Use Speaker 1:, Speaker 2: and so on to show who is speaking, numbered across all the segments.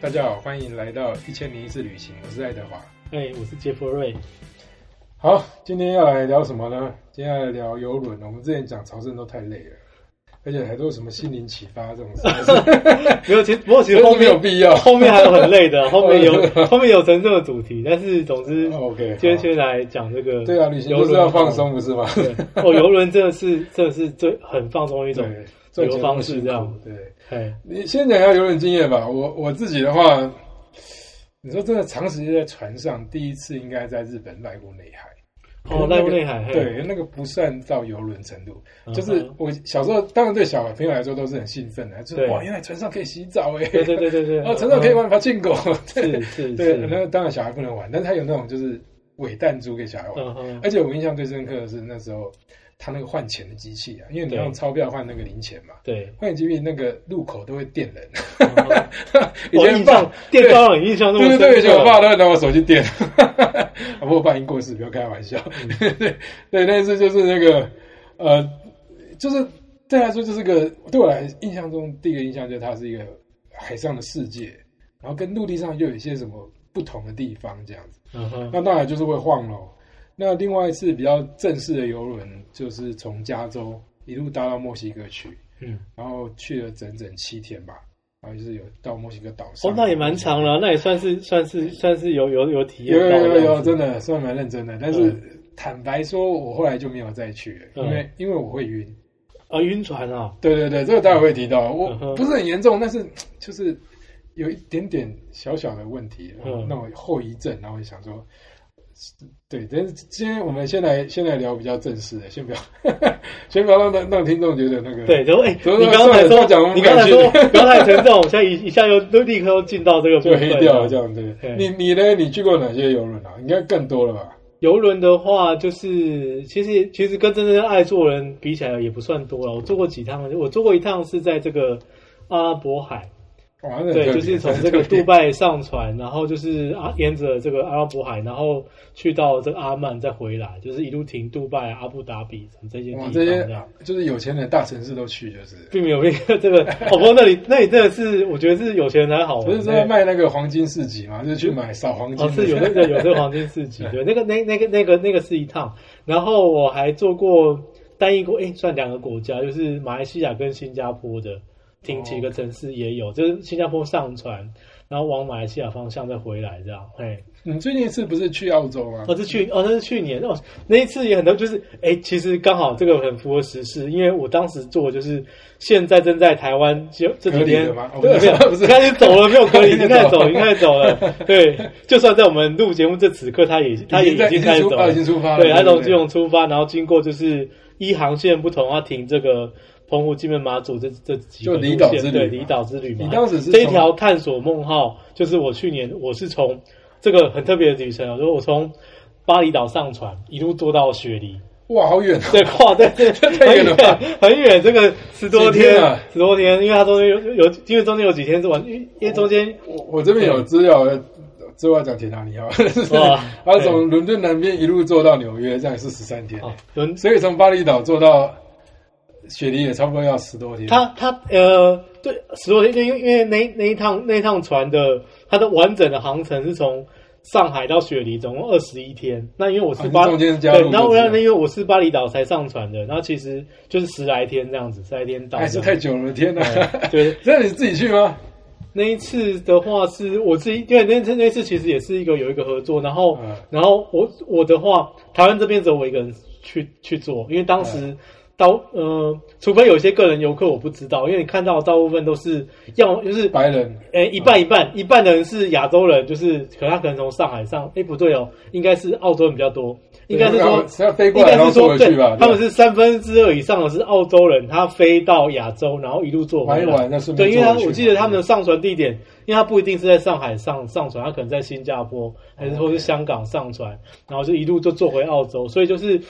Speaker 1: 大家好，欢迎来到一千零一次旅行，我是爱德华。
Speaker 2: 哎，我是杰佛瑞。
Speaker 1: 好，今天要来聊什么呢？今天要来聊游轮。我们之前讲朝圣都太累了，而且还都有什么心灵启发这种 事，
Speaker 2: 没有，其实不过其实后
Speaker 1: 没
Speaker 2: 面
Speaker 1: 有哦 必要。
Speaker 2: 后面还有很 累的，后面有后面有沉重的主题，但是总之
Speaker 1: OK，
Speaker 2: 今天
Speaker 1: 好
Speaker 2: 先来讲这个。
Speaker 1: 哦对啊，旅行就是要放。松，不是吗？
Speaker 2: 对，哦，游轮真的是这是最很放松一种。
Speaker 1: 对，赚钱
Speaker 2: 旅游方式这样
Speaker 1: 辛苦对。
Speaker 2: 哎，
Speaker 1: 你先讲一下游轮经验吧。我我自己的话，你说真的长时间在船上，第一次应该在日本濑户内海。
Speaker 2: 哦，濑户内海。嘿，
Speaker 1: 对，那个不算到游轮程度，
Speaker 2: 嗯哼
Speaker 1: 就是我小时候，当然对小朋友来说都是很兴奋的，就是
Speaker 2: 对
Speaker 1: 哇，原来船上可以洗澡哎，
Speaker 2: 对对对对对。
Speaker 1: 哦，船上可以玩爬进狗，
Speaker 2: 嗯。
Speaker 1: 对
Speaker 2: 是是
Speaker 1: 对，
Speaker 2: 是。
Speaker 1: 那当然小孩不能玩，但是他有那种就是伪弹珠给小孩玩，
Speaker 2: 嗯哼。
Speaker 1: 而且我印象最深刻的是那时候他那个换钱的机器啊，因为你
Speaker 2: 对
Speaker 1: 用钞票换那个零钱嘛，
Speaker 2: 对。
Speaker 1: 换钱机器那个入口都会电人，
Speaker 2: 嗯哼
Speaker 1: 哎以
Speaker 2: 我
Speaker 1: 前
Speaker 2: 印
Speaker 1: 爸
Speaker 2: 象电到让你印象那么
Speaker 1: 对对
Speaker 2: 深
Speaker 1: 对，以前我爸
Speaker 2: 刻。
Speaker 1: 都会拿我手机电，不过我爸已经过世，不要开玩笑。对对，但是就是那个呃，就是对他来说就是个对我来印象中第一个印象就是它是一个海上的世界，然后跟陆地上又有一些什么不同的地方这样子。
Speaker 2: 嗯哼。
Speaker 1: 那当然就是会晃喽。那另外一次比较正式的游轮就是从加州一路搭到墨西哥去，
Speaker 2: 嗯。
Speaker 1: 然后去了整整七天吧，然后就是有到墨西哥岛上。
Speaker 2: 哦，那也蛮长了，那也算是算是算是有有有嗯体验
Speaker 1: 有
Speaker 2: 到
Speaker 1: 有有
Speaker 2: 这样
Speaker 1: 有，
Speaker 2: 子
Speaker 1: 真的算蛮认真的。但是坦白说，我后来就没有再去了，
Speaker 2: 嗯
Speaker 1: 因为因为我会晕。
Speaker 2: 啊，晕船啊，
Speaker 1: 对对对，这个待会会提到，我
Speaker 2: 嗯哼
Speaker 1: 不是很严重，但是就是有一点点小小的问题，
Speaker 2: 嗯
Speaker 1: 那种后遗症，然后我就想说。对，但是今天我们先来先来聊比较正式的，先不要 先不要让让让听众觉得那个
Speaker 2: 对，然后哎，
Speaker 1: 所以
Speaker 2: 你
Speaker 1: 说
Speaker 2: 刚
Speaker 1: 算
Speaker 2: 才
Speaker 1: 了
Speaker 2: 说
Speaker 1: 讲我，们
Speaker 2: 你
Speaker 1: 不
Speaker 2: 刚
Speaker 1: 敢去
Speaker 2: 才说 不要太沉重，现在一一下又都立刻又进到这个部
Speaker 1: 就
Speaker 2: 分
Speaker 1: 黑掉了这样
Speaker 2: 对
Speaker 1: 对。你你呢？你去过哪些游轮啊？应该更多了吧？
Speaker 2: 游轮的话，就是其实其实跟真正的爱做人比起来也不算多了。我做过几趟，我做过一趟是在这个阿拉伯海，
Speaker 1: 哇，那很
Speaker 2: 对，
Speaker 1: 特别
Speaker 2: 就是从这个杜拜上船，然后就是啊沿着这个阿拉伯海，然后去到这个阿曼，再回来，就是一路停杜拜、阿布达比什么这些地
Speaker 1: 哇，
Speaker 2: 方
Speaker 1: 这
Speaker 2: 这
Speaker 1: 些
Speaker 2: 样。
Speaker 1: 就是有钱人大城市都去，就是。
Speaker 2: 并没有那个这个，哦，不过那里那里真的是，我觉得是有钱人才好玩。
Speaker 1: 不是
Speaker 2: 那
Speaker 1: 在卖那个黄金市集嘛，就是去买扫黄金
Speaker 2: 哦，
Speaker 1: 的。
Speaker 2: 是有那个有这个黄金市集，对，那个那那个那个那个是一趟，然后我还做过单一国，诶，算两个国家，就是马来西亚跟新加坡的，停几
Speaker 1: 哦
Speaker 2: 个城市也有，就是新加坡上船，然后往马来西亚方向再回来这样，嘿，
Speaker 1: 你最近一次不是去澳洲啊吗
Speaker 2: 哦，？是去哦，那是去年哦，那一次也很多，就是哎，其实刚好这个很符合时事，因为我当时做的就是现在正在台湾就这几
Speaker 1: 隔离
Speaker 2: 天
Speaker 1: 的吗哦
Speaker 2: 对
Speaker 1: 不是
Speaker 2: 没有
Speaker 1: 不是
Speaker 2: 应该是走了没有 隔离，
Speaker 1: 已经
Speaker 2: 应该
Speaker 1: 走
Speaker 2: 走
Speaker 1: 了
Speaker 2: 了，应该走了。对，就算在我们录节目这此刻，他也他也
Speaker 1: 已经在
Speaker 2: 经开始
Speaker 1: 已经出
Speaker 2: 走了，
Speaker 1: 啊已经出发了
Speaker 2: 对，他
Speaker 1: 对
Speaker 2: 从
Speaker 1: 对
Speaker 2: 基隆出发，然后经过就是一航线不同，他停这个澎湖、金门、马祖这这几
Speaker 1: 就
Speaker 2: 个
Speaker 1: 离
Speaker 2: 路
Speaker 1: 岛
Speaker 2: 线
Speaker 1: 之旅
Speaker 2: 对
Speaker 1: 嘛
Speaker 2: 离岛之旅嘛。
Speaker 1: 你当时是
Speaker 2: 这一
Speaker 1: 从
Speaker 2: 条探索梦号，就是我去年我是从这个很特别的旅程啊，就是我从巴厘岛上船，一路坐到 雪梨，
Speaker 1: 哇，好远哦！
Speaker 2: 对，跨在这
Speaker 1: 太远了吧
Speaker 2: 很远，这个十多
Speaker 1: 几天
Speaker 2: 天
Speaker 1: 啊，
Speaker 2: 十多天，因为它中间有有，因为中间有几天是玩，因为因为中间
Speaker 1: 我我这边有资料，之后要讲铁达尼 号，
Speaker 2: 哇
Speaker 1: 啊 他从伦敦南边一路坐到纽约，这样是十三天，
Speaker 2: 哦，轮
Speaker 1: 所以从巴厘岛坐到雪梨也差不多要十多天。
Speaker 2: 它它呃，对，十多天，因为因为那那一趟那一趟船的它的完整的航程是从。上海到雪梨总共二十一天，那因为我
Speaker 1: 啊
Speaker 2: 是
Speaker 1: 你
Speaker 2: 巴、
Speaker 1: 中间加入
Speaker 2: 对，然后
Speaker 1: 就
Speaker 2: 那
Speaker 1: 是
Speaker 2: 因为我是巴厘岛才上船的，然后其实就是十来天这样子，十来天到这
Speaker 1: 还
Speaker 2: 样
Speaker 1: 是
Speaker 2: 子。
Speaker 1: 太久了，天哪！
Speaker 2: 对，
Speaker 1: 那你自己去吗？
Speaker 2: 那一次的话是我自己，对，那次那次其实也是一个有一个合作，然后、
Speaker 1: 嗯
Speaker 2: 然后我我的话，台湾这边只有我一个人去去做，因为当时
Speaker 1: 嗯
Speaker 2: 到、呃，除非有一些个人游客我不知道，因为你看到大部分都是要么就是
Speaker 1: 白人
Speaker 2: 呃一半一半，一半的人是亚洲人，就是可能他可能从上海上，哎不对哦，应该是澳洲人比较多，应该是说
Speaker 1: 是要飞过
Speaker 2: 应
Speaker 1: 来
Speaker 2: 该
Speaker 1: 然后
Speaker 2: 是
Speaker 1: 坐
Speaker 2: 说
Speaker 1: 回去吧？
Speaker 2: 他们是三分之二以上的是澳洲人，他飞到亚洲，然后一路坐回
Speaker 1: 玩
Speaker 2: 来。
Speaker 1: 一玩再顺便
Speaker 2: 对，因为他
Speaker 1: 坐回去
Speaker 2: 我记得他们的上船地点，因为他不一定是在上海上上船，他可能在新加
Speaker 1: 哦
Speaker 2: 坡还是或是香港上船，然后就一路就坐回澳洲，所以就是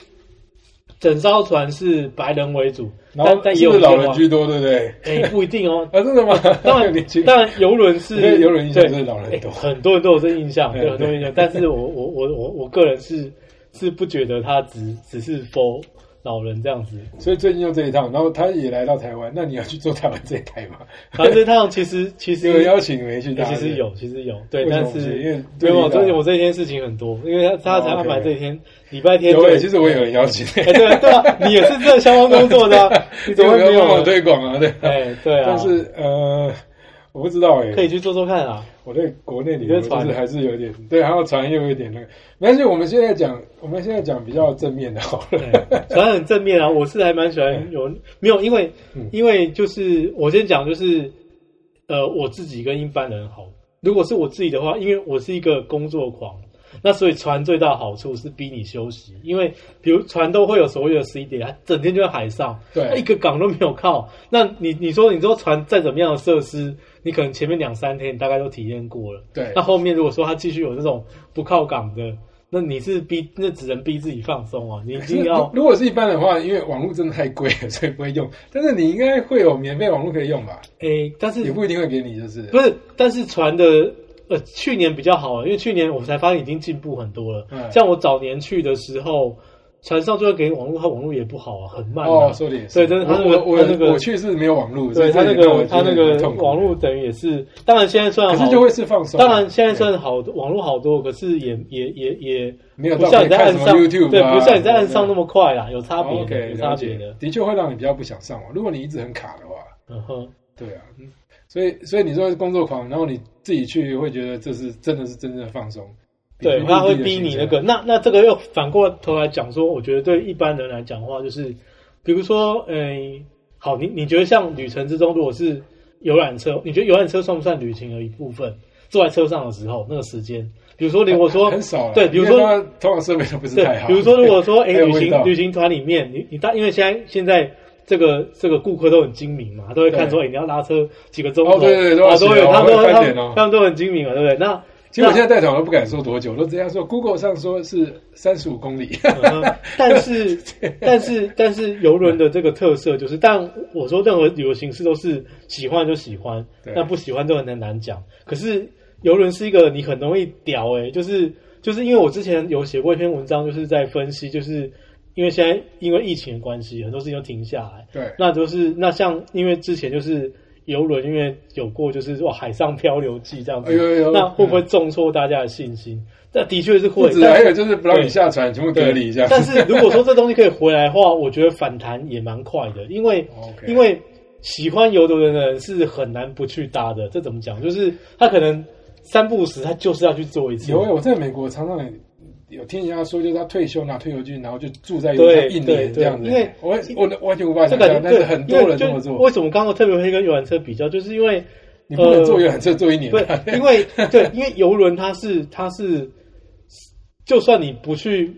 Speaker 2: 整艘船是白人为主，
Speaker 1: 然
Speaker 2: 但
Speaker 1: 后
Speaker 2: 但也
Speaker 1: 是不
Speaker 2: 有
Speaker 1: 是老
Speaker 2: 一些
Speaker 1: 人
Speaker 2: 华
Speaker 1: 居多，对不对？。
Speaker 2: 哎、不一定哦
Speaker 1: 啊，真的吗？
Speaker 2: 当然
Speaker 1: 你去，
Speaker 2: 当然，游轮
Speaker 1: 因为
Speaker 2: 是
Speaker 1: 游轮印象
Speaker 2: 对
Speaker 1: 就是老人多
Speaker 2: 哎很多人都有这印象，
Speaker 1: 对
Speaker 2: 对，很多人
Speaker 1: 对
Speaker 2: 印象。但是我我我我我个人是是不觉得它只只是 for 老人这样子。
Speaker 1: 所以最近用这一趟，然后他也来到台湾，那你要去做台湾这一台吗？
Speaker 2: 反正这趟其 实其实
Speaker 1: 有邀请没去
Speaker 2: 对
Speaker 1: 搭？
Speaker 2: 哎其实有，其实有，对，
Speaker 1: 为什
Speaker 2: 但
Speaker 1: 么不去，
Speaker 2: 是
Speaker 1: 因为
Speaker 2: 没
Speaker 1: 对
Speaker 2: 有，
Speaker 1: 我
Speaker 2: 最近我这一天事情很多，因为他他
Speaker 1: 哦
Speaker 2: 才安
Speaker 1: ，OK
Speaker 2: 排这一天礼拜天
Speaker 1: 有
Speaker 2: 就
Speaker 1: 诶，其实我有人邀请，
Speaker 2: 哎，对啊对啊，你也是这相关工作的啊，你怎么会
Speaker 1: 没
Speaker 2: 没
Speaker 1: 有帮
Speaker 2: 有
Speaker 1: 我？推广啊？对，
Speaker 2: 哎，对啊，
Speaker 1: 但是呃，我不知道诶，
Speaker 2: 可以去做做看啊。
Speaker 1: 我对国内旅
Speaker 2: 你
Speaker 1: 游
Speaker 2: 对
Speaker 1: 就
Speaker 2: 船
Speaker 1: 是还是有点对，还有船又有一点那个。但是我们现在讲，我们现在讲比较正面的好了。
Speaker 2: 对，反正很正面啊，我是还蛮喜欢有没有，因为
Speaker 1: 嗯
Speaker 2: 因为就是我先讲，就是呃，我自己跟一般人好。如果是我自己的话，因为我是一个工作狂，那所以船最大的好处是逼你休息，因为比如船都会有所谓的 C 点，它整天就在海上，
Speaker 1: 对
Speaker 2: 它一个港都没有靠。那你你说你说船再怎么样的设施，你可能前面两三天你大概都体验过了，
Speaker 1: 对
Speaker 2: 那后面如果说它继续有这种不靠港的。那你是逼，那只能逼自己放松啊！你一
Speaker 1: 可是
Speaker 2: 定要
Speaker 1: 如如果是一般的话，因为网络真的太贵了，所以不会用。但是你应该会有免费网络可以用吧？
Speaker 2: 诶、但
Speaker 1: 也
Speaker 2: 是
Speaker 1: 不一定会给你，就是
Speaker 2: 嗯不是？但是船的呃，去年比较好，因为去年我才发现已经进步很多了。
Speaker 1: 嗯
Speaker 2: 像我早年去的时候，船上就会给网络，它网络也不好啊，很慢、啊。
Speaker 1: 哦，说的也是。
Speaker 2: 对，但是它那
Speaker 1: 我
Speaker 2: 个
Speaker 1: 我
Speaker 2: 它
Speaker 1: 我
Speaker 2: 那个
Speaker 1: 我去是没有网络，所
Speaker 2: 对
Speaker 1: 以
Speaker 2: 它那
Speaker 1: 这也让
Speaker 2: 个
Speaker 1: 我
Speaker 2: 它
Speaker 1: 觉
Speaker 2: 那
Speaker 1: 得很
Speaker 2: 个
Speaker 1: 痛苦
Speaker 2: 网络，等于也是，当然现在算
Speaker 1: 可
Speaker 2: 好，
Speaker 1: 是就会是放松。啊
Speaker 2: 当然现在算好，网络好多，可是也也也也
Speaker 1: 没有
Speaker 2: 不
Speaker 1: 到
Speaker 2: 像
Speaker 1: 可
Speaker 2: 你
Speaker 1: 以
Speaker 2: 在
Speaker 1: 看
Speaker 2: 岸
Speaker 1: 什么
Speaker 2: 上，
Speaker 1: YouTube
Speaker 2: 对，
Speaker 1: 啊
Speaker 2: 不像你在岸上
Speaker 1: 什
Speaker 2: 那么快啦，有差
Speaker 1: 哦
Speaker 2: 别的，
Speaker 1: OK，了
Speaker 2: 有差
Speaker 1: 解
Speaker 2: 别的。
Speaker 1: 的确会让你比较不想上网。如果你一直很卡的话，
Speaker 2: 嗯哼，
Speaker 1: 对啊，嗯所以所以你说工作狂，然后你自己去会觉得这是真的是真正的放松，
Speaker 2: 对，
Speaker 1: 比
Speaker 2: 他会
Speaker 1: 陆地的
Speaker 2: 逼你
Speaker 1: 行
Speaker 2: 那
Speaker 1: 程
Speaker 2: 个。那那这个又反过头来讲说，我觉得对一般人来讲的话，就是比如说，诶、好，你你觉得像旅程之中，如果是游览车，你觉得游览车算不算旅行的一部分？坐在车上的时候，那个时间，比如说，如果说
Speaker 1: 很少啦
Speaker 2: 对，比如说
Speaker 1: 因为它通常设备都不是
Speaker 2: 对
Speaker 1: 太好，，
Speaker 2: 比如说，如果 说哎、
Speaker 1: 还有
Speaker 2: 旅
Speaker 1: 味道
Speaker 2: 行旅行团里面，你你大，因为现在现在这个这个顾客都很精明嘛，都会看说，哎、你要拉车几个钟头，
Speaker 1: 哦对对对都要
Speaker 2: 哦都
Speaker 1: 写
Speaker 2: 有，
Speaker 1: 哦
Speaker 2: 他们
Speaker 1: 我会
Speaker 2: 都他
Speaker 1: 翻点哦
Speaker 2: 们他们都很精明嘛，对不对？那
Speaker 1: 其实我
Speaker 2: 那
Speaker 1: 现在带团我都不敢说多久，我都直接说 Google 上说是三十五公里，
Speaker 2: 嗯 但是， 但是，但是，游轮的这个特色就是，但我说任何旅游形式都是喜欢就喜欢，
Speaker 1: 对
Speaker 2: 那不喜欢就很难难讲。可是游轮是一个你很容易屌诶、就是就是因为我之前有写过一篇文章，就是在分析，就是因为现在因为疫情的关系，很多事情都停下来，
Speaker 1: 对，
Speaker 2: 那就是那像因为之前就是游轮，因为有过就是哇海上漂流记这样子，
Speaker 1: 哎呦哎呦
Speaker 2: 那会不会重挫大家的信心？那的确是会，
Speaker 1: 不 止啊
Speaker 2: 但
Speaker 1: 还
Speaker 2: 是
Speaker 1: 有就是不让你下船，全部 隔离这样。
Speaker 2: 但是如果说这东西可以回来的话，我觉得反弹也蛮快的，因为
Speaker 1: 哦 OK
Speaker 2: 因为喜欢游轮的人是很难不去搭的。这怎么讲？就是他可能三不五时，他就是要去做一次。
Speaker 1: 有欸我在美国常常有有听人家说，就是他退休拿退休金，然后就住在
Speaker 2: 对
Speaker 1: 一
Speaker 2: 对
Speaker 1: 年
Speaker 2: 对
Speaker 1: 这样子。
Speaker 2: 因为
Speaker 1: 我我完全无法
Speaker 2: 这
Speaker 1: 想
Speaker 2: 感
Speaker 1: 象
Speaker 2: 觉，
Speaker 1: 但是很多人这么
Speaker 2: 因为就
Speaker 1: 做，
Speaker 2: 为什么刚刚特别会跟游览车比较？就是因为
Speaker 1: 你不能
Speaker 2: 呃
Speaker 1: 坐游览车坐一年
Speaker 2: 对
Speaker 1: 啊。，
Speaker 2: 因为对，因为游轮它是它是，就算你不去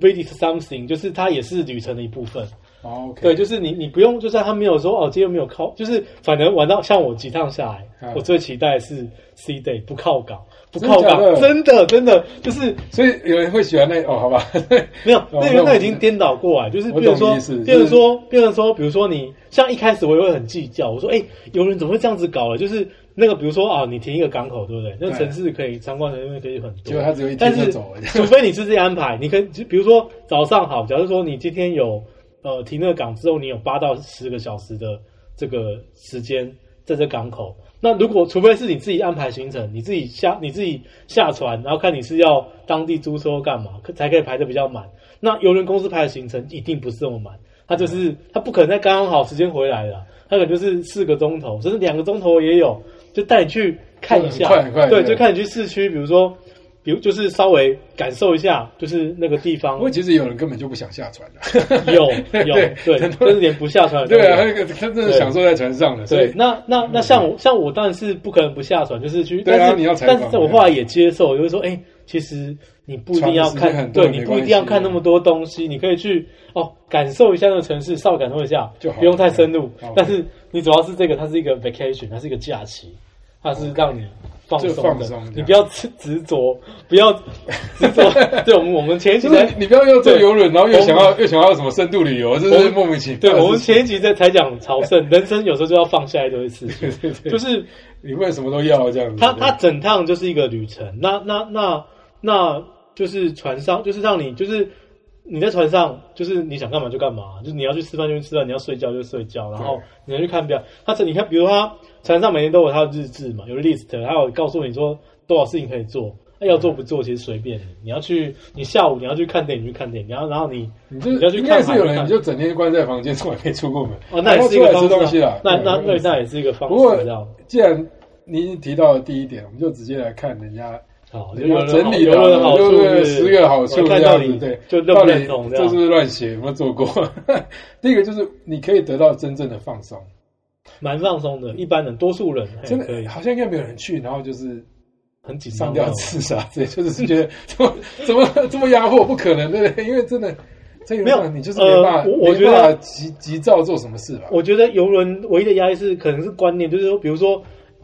Speaker 2: visit something，就是它也是旅程的一部分。
Speaker 1: 哦，OK，
Speaker 2: 对，就是你，你不用，就算他没有说哦，今天没有靠，就是反正玩到像我几趟下来，
Speaker 1: 嗯
Speaker 2: 我最期待的是 C day 不靠港，不
Speaker 1: 真的
Speaker 2: 靠港
Speaker 1: 假，的
Speaker 2: 真的真的就是
Speaker 1: 所以有人会喜欢那哦，好吧，
Speaker 2: 没有，
Speaker 1: 哦
Speaker 2: 那
Speaker 1: 那
Speaker 2: 个
Speaker 1: 我
Speaker 2: 那已经颠倒过来，就是
Speaker 1: 我
Speaker 2: 比如
Speaker 1: 懂
Speaker 2: 说
Speaker 1: 你意思，
Speaker 2: 比如
Speaker 1: 就是
Speaker 2: 说，比如说，比如说你像一开始我也会很计较，我说哎，游轮怎么会这样子搞了？就是那个比如说啊，你停一个港口，对不对？那
Speaker 1: 对
Speaker 2: 城市可以参观的因为可以很
Speaker 1: 结果，
Speaker 2: 多
Speaker 1: 他只有一
Speaker 2: 但
Speaker 1: 天就是走了。
Speaker 2: 除非你是自己安排，你可以就比如说早上好，假如说你今天有呃停了港之后，你有八到十个小时的这个时间在这港口。那如果除非是你自己安排行程，你自己下你自己下船，然后看你是要当地租车干嘛，可才可以排的比较满。那邮轮公司排的行程一定不是这么满，它就是它不可能在刚刚好时间回来了，它可能就是四个钟头，甚至两个钟头也有，就带你去看一下，
Speaker 1: 很快很快
Speaker 2: 对，
Speaker 1: 对
Speaker 2: 就看你去市区，比如说比如就是稍微感受一下，就是那个地方
Speaker 1: 不过其实有人根本就不想下船的，
Speaker 2: 有有
Speaker 1: 对
Speaker 2: 对，
Speaker 1: 很
Speaker 2: 甚
Speaker 1: 多人
Speaker 2: 至连不下船的都
Speaker 1: 对
Speaker 2: 有
Speaker 1: 啊，他那个他真的享受在船上的，所
Speaker 2: 对
Speaker 1: 以，
Speaker 2: 那那那像我像我当然是不可能不下船，就是去，
Speaker 1: 对啊
Speaker 2: 但是
Speaker 1: 你要采访
Speaker 2: 但是我后来也接受，就是说，哎、其实你不一定要
Speaker 1: 船的时间
Speaker 2: 看，
Speaker 1: 很多
Speaker 2: 对，
Speaker 1: 没
Speaker 2: 你
Speaker 1: 关系
Speaker 2: 不一定要看那么多东西，你可以去哦感受一下那个城市，稍微感受一下
Speaker 1: 就好，了嗯
Speaker 2: 不用太深入
Speaker 1: 好。
Speaker 2: 但是你主要是这个，它是一个 vacation，它是一个假期，它是让你。放松
Speaker 1: 哦就
Speaker 2: 的，
Speaker 1: 放松这样
Speaker 2: 你不要执执着，不要执 着。对，我们我们前几
Speaker 1: 就
Speaker 2: 天
Speaker 1: 是你不要又坐
Speaker 2: 对
Speaker 1: 游轮，然后又想
Speaker 2: 我
Speaker 1: 要又想要什么深度旅游，这
Speaker 2: 我
Speaker 1: 是
Speaker 2: 们
Speaker 1: 莫名其妙
Speaker 2: 对
Speaker 1: 的事情。
Speaker 2: 我们前一集在才讲朝圣，人生有时候就要放下一堆事情，
Speaker 1: 对对
Speaker 2: 就是
Speaker 1: 你不能什么都要这样子。
Speaker 2: 它它整趟就是一个旅程。那那那那就是船上，就是让你就是你在船上就是你想干嘛就干嘛，就是你要去吃饭就去吃饭，你要睡觉就睡觉，然后
Speaker 1: 对
Speaker 2: 你要去看表。他这你看，比如他船上每天都有他的日志嘛，有 list，还有告诉你说多少事情可以做，那要做不做其实随便你。你要去，你下午你要去看电影就看电影，然后然后你
Speaker 1: 你就
Speaker 2: 你要去
Speaker 1: 应
Speaker 2: 看
Speaker 1: 该
Speaker 2: 海
Speaker 1: 是有人
Speaker 2: 看
Speaker 1: 你就整天关在房间，从来没出过门。
Speaker 2: 哦，那也是一
Speaker 1: 然
Speaker 2: 个
Speaker 1: 后出来吃东
Speaker 2: 方式、啊
Speaker 1: 西啦。
Speaker 2: 那
Speaker 1: 对
Speaker 2: 那
Speaker 1: 那
Speaker 2: 那那也是一个方
Speaker 1: 不过
Speaker 2: 式，知道吗？
Speaker 1: 既然你已经提到了第一点，我们就直接来看人家
Speaker 2: 好，就
Speaker 1: 人
Speaker 2: 有
Speaker 1: 家
Speaker 2: 人
Speaker 1: 整理
Speaker 2: 有人好
Speaker 1: 对
Speaker 2: 处
Speaker 1: 不对？
Speaker 2: 是
Speaker 1: 十个好处
Speaker 2: 我
Speaker 1: 这
Speaker 2: 看到
Speaker 1: 样子，
Speaker 2: 你
Speaker 1: 对，
Speaker 2: 就认
Speaker 1: 到
Speaker 2: 不
Speaker 1: 底
Speaker 2: 认同这
Speaker 1: 这是不
Speaker 2: 样，
Speaker 1: 是乱写？有没有做过？ 第一个就是你可以得到真正的放松，
Speaker 2: 蛮放松的。一般人，多数人嘿
Speaker 1: 真
Speaker 2: 可以
Speaker 1: 的，好像应该没有人去，然后就是
Speaker 2: 很紧
Speaker 1: 上
Speaker 2: 张
Speaker 1: 吊
Speaker 2: 的
Speaker 1: 自杀， 这就是觉得怎么怎么这么压迫，不可能，对不对？因为真的在游轮
Speaker 2: 没有
Speaker 1: 上你就是没办法，
Speaker 2: 呃我我
Speaker 1: 没
Speaker 2: 觉得
Speaker 1: 办法急急躁做什么事吧？
Speaker 2: 我觉得游轮唯一的压力是，可能是观念，就是说，比如说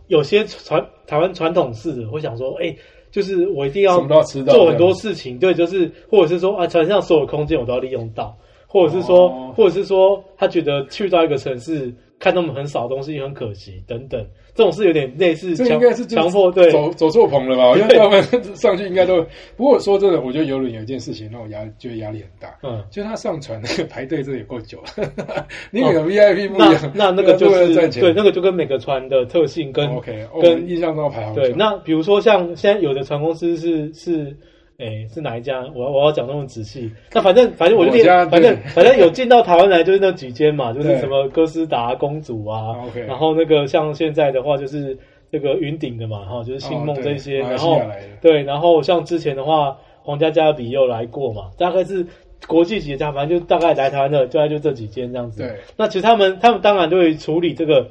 Speaker 2: 有些传台湾传统式的会想说，哎、就是我一定要
Speaker 1: 什么都要吃到
Speaker 2: 做很多事情，对，就是或者是说啊，船上所有空间我都要利用到，或者是说，
Speaker 1: 哦
Speaker 2: 或者是说他觉得去到一个城市看他们很少的东西很可惜等等，这种是有点类似
Speaker 1: 这
Speaker 2: 强
Speaker 1: 应该是就是
Speaker 2: 强迫对
Speaker 1: 走走错棚了吧？我觉得他们上去应该都。不过我说真的，我觉得游轮有一件事情让我压觉得压力很大，
Speaker 2: 嗯。
Speaker 1: 就是他上船那个排队真的也够久了。 你有 VIP 不一样，
Speaker 2: 哦那 那个就
Speaker 1: 对啊为
Speaker 2: 是
Speaker 1: 了赚钱
Speaker 2: 对，那个就跟每个船的特性跟
Speaker 1: 哦 OK，我
Speaker 2: 跟
Speaker 1: 印象中要排好久。
Speaker 2: 对，那比如说像现在有的船公司是是，诶、是哪一家？我要我要讲那么仔细。那反正反正我就
Speaker 1: 我家
Speaker 2: 反正
Speaker 1: 对
Speaker 2: 反正有进到台湾来就是那几 间嘛，就是
Speaker 1: 对
Speaker 2: 什么哥斯达公主啊，
Speaker 1: OK
Speaker 2: 然后那个像现在的话就是这个云顶的嘛，哈，就是星梦
Speaker 1: 哦对
Speaker 2: 这些，
Speaker 1: 马来
Speaker 2: 然
Speaker 1: 西亚
Speaker 2: 后
Speaker 1: 来的
Speaker 2: 对，然后像之前的话，皇家加勒比也有来过嘛，大概是。国际级的家，反正就大概来台湾的，大概就这几间这样子。
Speaker 1: 对，
Speaker 2: 那其实他们他们当然就会处理这个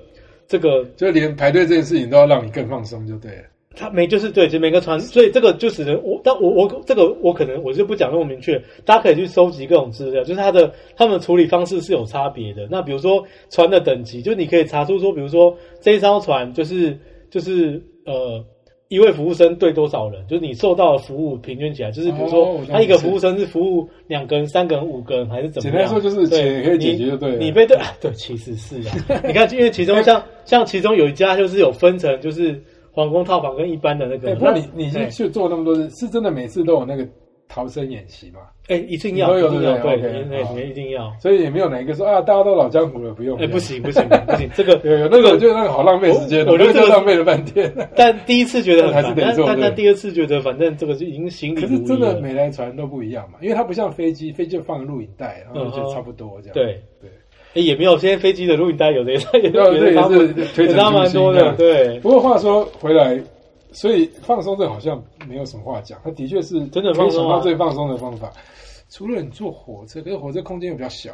Speaker 2: 这个
Speaker 1: 就连排队这件事情都要让你更放松，就对了。
Speaker 2: 他每就是对，就每个船，所以这个就只能我，但我我这个我可能我就不讲那么明确，大家可以去收集各种资料，就是它的他们处理方式是有差别的。那比如说船的等级，就你可以查出说，比如说这一艘船就是就是呃一位服务生对多少人，就是你受到的服务平均起来，就是比如
Speaker 1: 哦
Speaker 2: 说
Speaker 1: 我懂
Speaker 2: 他一个
Speaker 1: 意思
Speaker 2: 服务生是服务两个人、三个人、五个人还是怎么
Speaker 1: 简单
Speaker 2: 样？
Speaker 1: 说就是
Speaker 2: 对
Speaker 1: 钱可以解
Speaker 2: 你
Speaker 1: 决就对了。
Speaker 2: 你被对、啊、对，其实是 啊。你看，因为其中像像其中有一家就是有分成，就是皇宫套房跟一般的那个。
Speaker 1: 哎，不过你
Speaker 2: 那
Speaker 1: 你
Speaker 2: 哎
Speaker 1: 去去做那么多事，是真的每次都有那个逃生演习嘛？
Speaker 2: 哎、一定
Speaker 1: 你
Speaker 2: 要
Speaker 1: 都
Speaker 2: 一
Speaker 1: 有
Speaker 2: 定要
Speaker 1: 对
Speaker 2: 对，
Speaker 1: 不对 OK，
Speaker 2: 你哎
Speaker 1: 好
Speaker 2: 你一定要。
Speaker 1: 所以也没有哪一个说啊，大家都老江湖了，不用。
Speaker 2: 哎，
Speaker 1: 用
Speaker 2: 不行不行不行，这个
Speaker 1: 有有那个，我觉得那个好浪费时间哦，
Speaker 2: 我我觉
Speaker 1: 那
Speaker 2: 得这
Speaker 1: 个
Speaker 2: 个
Speaker 1: 浪费了半天。
Speaker 2: 但第一次觉得 很
Speaker 1: 还是
Speaker 2: 烦，
Speaker 1: 得
Speaker 2: 但
Speaker 1: 做
Speaker 2: 但
Speaker 1: 对
Speaker 2: 但第二次觉得反正这个就已经行礼
Speaker 1: 可
Speaker 2: 如
Speaker 1: 是
Speaker 2: 仪
Speaker 1: 真的
Speaker 2: 了
Speaker 1: 每台船都不一样嘛，因为它不像飞机，飞机就放录影带，然后
Speaker 2: 嗯
Speaker 1: 就
Speaker 2: 哼
Speaker 1: 差不多这样。
Speaker 2: 对
Speaker 1: 对，
Speaker 2: 哎也没有，现在飞机的录影带有的也是有
Speaker 1: 哦对
Speaker 2: 的
Speaker 1: 这
Speaker 2: 也差不
Speaker 1: 也是推
Speaker 2: 也
Speaker 1: 陈
Speaker 2: 差蛮多的，
Speaker 1: 出新
Speaker 2: 对，
Speaker 1: 不过话说回来，所以放松这好像没有什么话讲，它的确是
Speaker 2: 真的
Speaker 1: 可以
Speaker 2: 放松啊
Speaker 1: 想到最放松的方法。除了你坐火车，可是火车空间又比较小，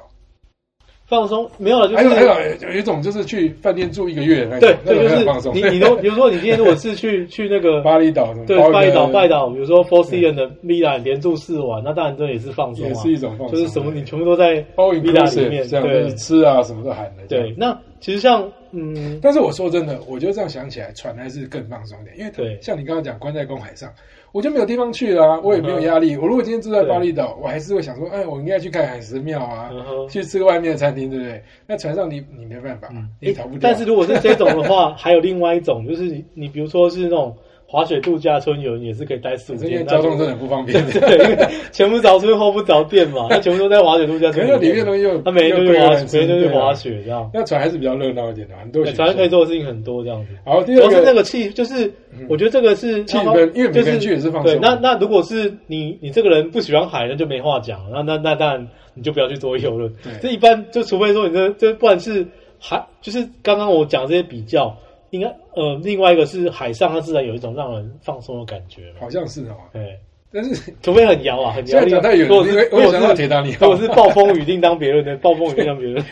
Speaker 2: 放松没有了，就
Speaker 1: 还有还
Speaker 2: 是
Speaker 1: 有有有一种就是去饭店住一个月的那种
Speaker 2: 对，，
Speaker 1: 那种
Speaker 2: 这就
Speaker 1: 很放
Speaker 2: 是
Speaker 1: 松。
Speaker 2: 你你都比如说你今天如果是去去那个
Speaker 1: 巴厘岛什么
Speaker 2: 对，
Speaker 1: 包一个
Speaker 2: 拜岛拜岛，比如说 Four Season 的 Villa 连住四晚，那当然这也是放松
Speaker 1: 也
Speaker 2: 啊，
Speaker 1: 是一种放松，
Speaker 2: 就是什么你全部都在
Speaker 1: 包
Speaker 2: Villa 里
Speaker 1: inclusive
Speaker 2: 面，
Speaker 1: 这样，就是
Speaker 2: 对
Speaker 1: 吃啊什么都含了。这样
Speaker 2: 对。那其实像嗯，
Speaker 1: 但是我说真的，我觉得这样想起来，船还是更放松一点，因为
Speaker 2: 对嗯
Speaker 1: 像你刚刚讲，关在公海上，我就没有地方去啦、我也没有压力。我如果今天住在巴厘岛，我还是会想说，哎，我应该去看海石庙啊，
Speaker 2: 嗯哼
Speaker 1: 去吃个外面的餐厅，对不对？那船上你你没办法，嗯你
Speaker 2: 诶
Speaker 1: 逃不掉。
Speaker 2: 但是如果是这种的话， 还有另外一种，就是你你比如说是那种滑雪度假村，有人也是可以待四五
Speaker 1: 这边
Speaker 2: 天，
Speaker 1: 交通真的很不方便，
Speaker 2: 那就 对，因为前不着村后不着店嘛，那全部都在滑雪度假
Speaker 1: 可
Speaker 2: 村
Speaker 1: 能 那
Speaker 2: 里面，
Speaker 1: 里面东西又
Speaker 2: 他每天
Speaker 1: 又
Speaker 2: 都去
Speaker 1: 贵又
Speaker 2: 滑，
Speaker 1: 难吃
Speaker 2: 每天都去
Speaker 1: 对啊
Speaker 2: 滑雪这样，
Speaker 1: 那船还是比较热闹一点的，很多
Speaker 2: 对，
Speaker 1: 选
Speaker 2: 反正可以
Speaker 1: 择。
Speaker 2: 做的事情很多这样子。
Speaker 1: 好，第
Speaker 2: 主
Speaker 1: 二
Speaker 2: 要是那
Speaker 1: 个
Speaker 2: 个气，就是我觉得这个是
Speaker 1: 嗯气氛
Speaker 2: 然后
Speaker 1: 因为每个人
Speaker 2: 就
Speaker 1: 去也是放松啊
Speaker 2: 对，那那如果是你你这个人不喜欢海，那就没话讲。那那那当然你就不要去坐游轮
Speaker 1: 对。
Speaker 2: 这一般就除非说你这这不然是海，就是刚刚我讲这些比较，应该呃另外一个是海上它自然有一种让人放松的感觉嘛。
Speaker 1: 好像是哦，
Speaker 2: 对，
Speaker 1: 但是
Speaker 2: 除非很摇啊，很
Speaker 1: 现
Speaker 2: 摇。
Speaker 1: 在讲太远
Speaker 2: 如
Speaker 1: 了，
Speaker 2: 果
Speaker 1: 因
Speaker 2: 是
Speaker 1: 为
Speaker 2: 如
Speaker 1: 我也
Speaker 2: 果
Speaker 1: 想到
Speaker 2: 是
Speaker 1: 铁达尼
Speaker 2: 如
Speaker 1: 号
Speaker 2: 果。是暴风雨另当别 论的，暴风雨另当别论。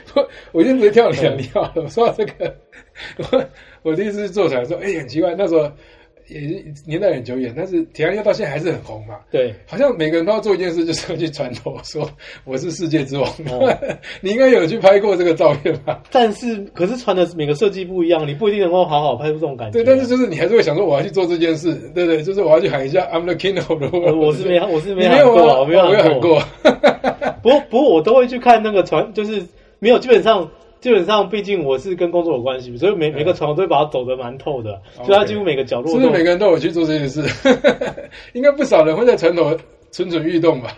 Speaker 1: 我就不会跳两跳。我说到这个， 我我第一次坐船的时候，哎、很奇怪，那时候也是年代很久远，但是铁汉要到现在还是很红嘛。
Speaker 2: 对，
Speaker 1: 好像每个人都要做一件事，就是要去船头说我是世界之王。
Speaker 2: 哦
Speaker 1: 你应该有去拍过这个照片吧？
Speaker 2: 但是可是穿的每个设计不一样，你不一定能够好好拍出这种感
Speaker 1: 对，
Speaker 2: 觉啊。
Speaker 1: 但是就是你还是会想说我要去做这件事，对不对，就是我要去喊一下 I'm the king of the world。
Speaker 2: 我呃我是没，我是
Speaker 1: 你
Speaker 2: 没
Speaker 1: 没
Speaker 2: 喊
Speaker 1: 有
Speaker 2: 过
Speaker 1: 吗？
Speaker 2: 啊，我没有
Speaker 1: 哦我有喊
Speaker 2: 喊过。
Speaker 1: 过。
Speaker 2: 不过不过我都会去看那个船，就是没有基本上基本上，毕竟我是跟工作有关系，所以每每个船我都会把它走得蛮透的，
Speaker 1: 嗯哦 OK
Speaker 2: 所以它几乎每个角 落
Speaker 1: 是
Speaker 2: 都
Speaker 1: 不是每个人都有 去做这件事？应该不少人会在船头蠢蠢欲动吧？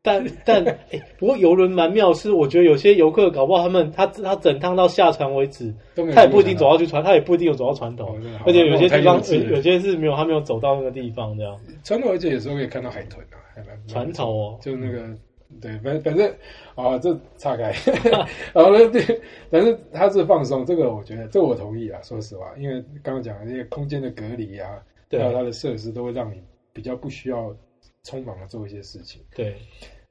Speaker 2: 但但哎、不过游轮蛮妙，是我觉得有些游客搞不好他们他他整趟到下船为止，
Speaker 1: 都没有
Speaker 2: 他也不一定
Speaker 1: 影响
Speaker 2: 走到去船，他也不一定有走到船头
Speaker 1: 哦真的好，
Speaker 2: 而且有些地
Speaker 1: 那我
Speaker 2: 方
Speaker 1: 太幼稚了嗯
Speaker 2: 有有些是没有他没有走到那个地方这样。
Speaker 1: 传统而且有时候可以看到海豚啊，还蛮
Speaker 2: 船头哦，
Speaker 1: 就那个，对，反反正啊，这岔开， 然后呢，对，但是它是放松，这个我觉得，这个我同意啊，说实话，因为刚刚讲的那些空间的隔离啊，还
Speaker 2: 对
Speaker 1: 有它的设施，都会让你比较不需要匆忙的做一些事情，
Speaker 2: 对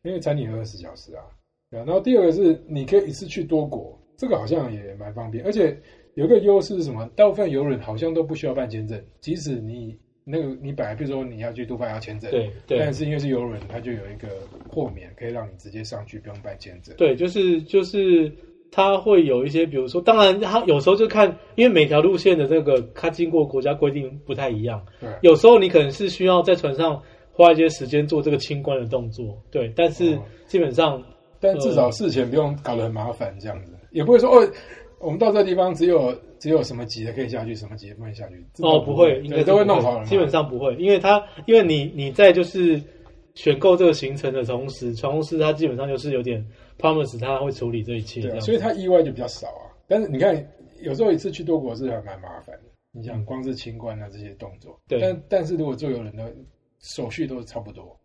Speaker 1: 因为餐饮二十小时啊，对啊然后第二个是你可以一次去多国，这个好像也蛮方便，而且有一个优势是什么？大部分游轮好像都不需要办签证，即使你那个你本来比如说你要去杜拜要签证，
Speaker 2: 对对
Speaker 1: 但是因为是游轮，它就有一个豁免，可以让你直接上去，不用办签证。
Speaker 2: 对，就是就是他会有一些，比如说，当然他有时候就看，因为每条路线的这个它经过国家规定不太一样，
Speaker 1: 对，
Speaker 2: 有时候你可能是需要在船上花一些时间做这个清关的动作，对，但是
Speaker 1: 哦
Speaker 2: 基本上
Speaker 1: 但至少事前不用搞得很麻烦，这样子也不会说哦，我们到这地方只有只有什么级的可以下去，什么级的不能下去。这
Speaker 2: 哦
Speaker 1: 倒
Speaker 2: 不
Speaker 1: 会
Speaker 2: 会，，应
Speaker 1: 对
Speaker 2: 该
Speaker 1: 都
Speaker 2: 是
Speaker 1: 会
Speaker 2: 不
Speaker 1: 弄好了嘛。
Speaker 2: 基本上不会，因为他因为你你在就是选购这个行程的同时，船公司它基本上就是有点 promise 他会处理这一切，这
Speaker 1: 对、
Speaker 2: 样
Speaker 1: 啊，
Speaker 2: 子
Speaker 1: 所以它意外就比较少啊。但是你看，有时候一次去多国是还蛮麻烦的。你想，光是清关啊这些动作，
Speaker 2: 对
Speaker 1: 但但是如果坐游轮的手续都差不多，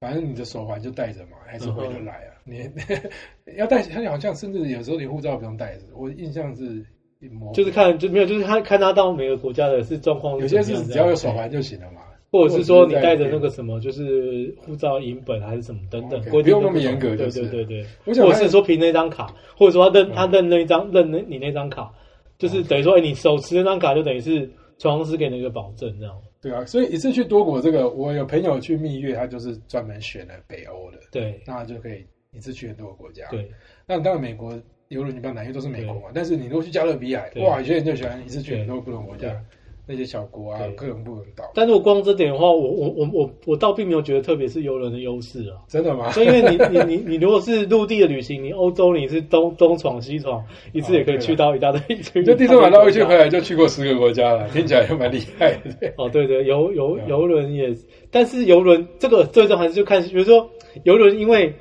Speaker 1: 反正你的手环就带着嘛，还是回得来啊。你 要带，他好像甚至有时候连护照不用带着。我印象是一模
Speaker 2: 就是看就没有，就是看看他到每个国家的是状况
Speaker 1: 有
Speaker 2: 怎么
Speaker 1: 些
Speaker 2: 样这
Speaker 1: 是
Speaker 2: 样，
Speaker 1: 只要有手
Speaker 2: 对
Speaker 1: 环就行了嘛，
Speaker 2: 或者是说你
Speaker 1: 或者是
Speaker 2: 带着
Speaker 1: 在
Speaker 2: 那个什么，就是护照影本还是什么等等
Speaker 1: OK，，
Speaker 2: 规定
Speaker 1: 不用
Speaker 2: 都
Speaker 1: 那么
Speaker 2: 同
Speaker 1: 严格就
Speaker 2: 对
Speaker 1: 是
Speaker 2: 对对对，
Speaker 1: 我想
Speaker 2: 或者
Speaker 1: 看
Speaker 2: 是说凭那张卡，或者说他认
Speaker 1: 嗯
Speaker 2: 他认那一张认那你那张卡，就是等于说，哎，你手持那张卡就等于是船公司给你一个保证，这样
Speaker 1: 对啊。所以一次去多国这个，我有朋友去蜜月，他就是专门选了北欧的，
Speaker 2: 对
Speaker 1: 那他就可以一次去很多个国家。
Speaker 2: 对
Speaker 1: 那当然，美国游轮你不要南越都是美国嘛，但是你如果去加勒比海，
Speaker 2: 对
Speaker 1: 哇，有些人就喜欢一次去很多不同国
Speaker 2: 对
Speaker 1: 家，那些小国啊
Speaker 2: 对，
Speaker 1: 各种不同岛，
Speaker 2: 但如果光这点的话，我我我我我倒并没有觉得特别是游轮的优势啊。
Speaker 1: 真的吗？
Speaker 2: 所以因为 你你你你如果是陆地的旅行，你欧洲你是东东闯西闯，一次也可以去到一大堆，
Speaker 1: 哦啊你
Speaker 2: 你
Speaker 1: 就地中海绕一圈回来就去过十个国家了，听起来也蛮厉害的。
Speaker 2: 哦，对对，游游
Speaker 1: 对啊
Speaker 2: 游轮也，但是游轮这个最终还是就看，比如说游轮，因为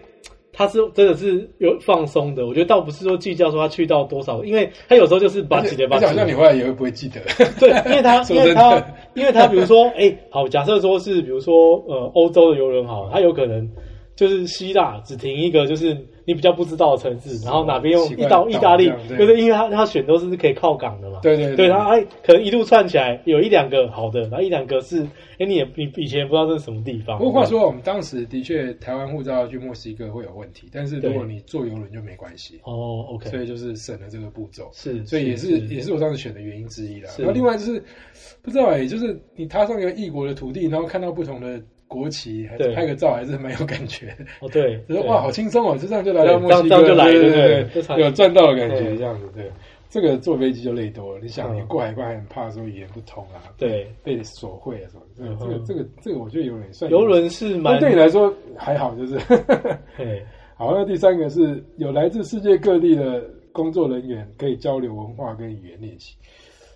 Speaker 2: 它是真的是有放松的，我觉得倒不是说计较说它去到多少，因为它有时候就是把
Speaker 1: 而
Speaker 2: 几
Speaker 1: 且
Speaker 2: 点把
Speaker 1: 而
Speaker 2: 几
Speaker 1: 且好像你回来也会不会记 得？
Speaker 2: 对，因为它
Speaker 1: 说
Speaker 2: 因为
Speaker 1: 真
Speaker 2: 它
Speaker 1: 的
Speaker 2: 因为它比如说哎、好，假设说是比如说呃欧洲的游轮好了，它有可能就是希腊只停一个就是你比较不知道的城市，然后哪边用
Speaker 1: 奇
Speaker 2: 意
Speaker 1: 怪
Speaker 2: 到意大利
Speaker 1: 岛这，样对
Speaker 2: 就是因为它它选都是可以靠港的嘛，
Speaker 1: 对对
Speaker 2: 对他哎，可能一路串起来有一两个好的，然后一两个是哎，你也你以前也不知道这是什么地方。
Speaker 1: 不过话说，我们当时的确台湾护照要去墨西哥会有问题，但是如果
Speaker 2: 对
Speaker 1: 你坐游轮就没关系，
Speaker 2: 哦，OK，
Speaker 1: 所以就是省了这个步骤。
Speaker 2: 是，
Speaker 1: 所以也是
Speaker 2: 是
Speaker 1: 也是我当时选的原因之一啦。
Speaker 2: 是
Speaker 1: 然后另外就是不知道哎、就是你踏上一个异国的土地，然后看到不同的国旗，还
Speaker 2: 对
Speaker 1: 拍个照还是蛮有感觉。
Speaker 2: 哦，对，
Speaker 1: 就说
Speaker 2: 对
Speaker 1: 哇，好轻松哦，就这样就来到
Speaker 2: 对
Speaker 1: 墨西
Speaker 2: 这
Speaker 1: 哥，
Speaker 2: 样这样就来了
Speaker 1: 对
Speaker 2: 对
Speaker 1: 对
Speaker 2: 这才
Speaker 1: 有赚到的感觉
Speaker 2: 对
Speaker 1: 这样子。对，这个坐飞机就累多了。你想，
Speaker 2: 嗯
Speaker 1: 你过海关还很怕说语言不通啊，
Speaker 2: 对，
Speaker 1: 被索贿啊什么。这个
Speaker 2: 嗯
Speaker 1: 这个这个这个，我觉得有点算
Speaker 2: 游。轮是蛮
Speaker 1: 但对你来说还好，就是
Speaker 2: 对
Speaker 1: 好。那第三个是有来自世界各地的工作人员可以交流文化跟语言练习。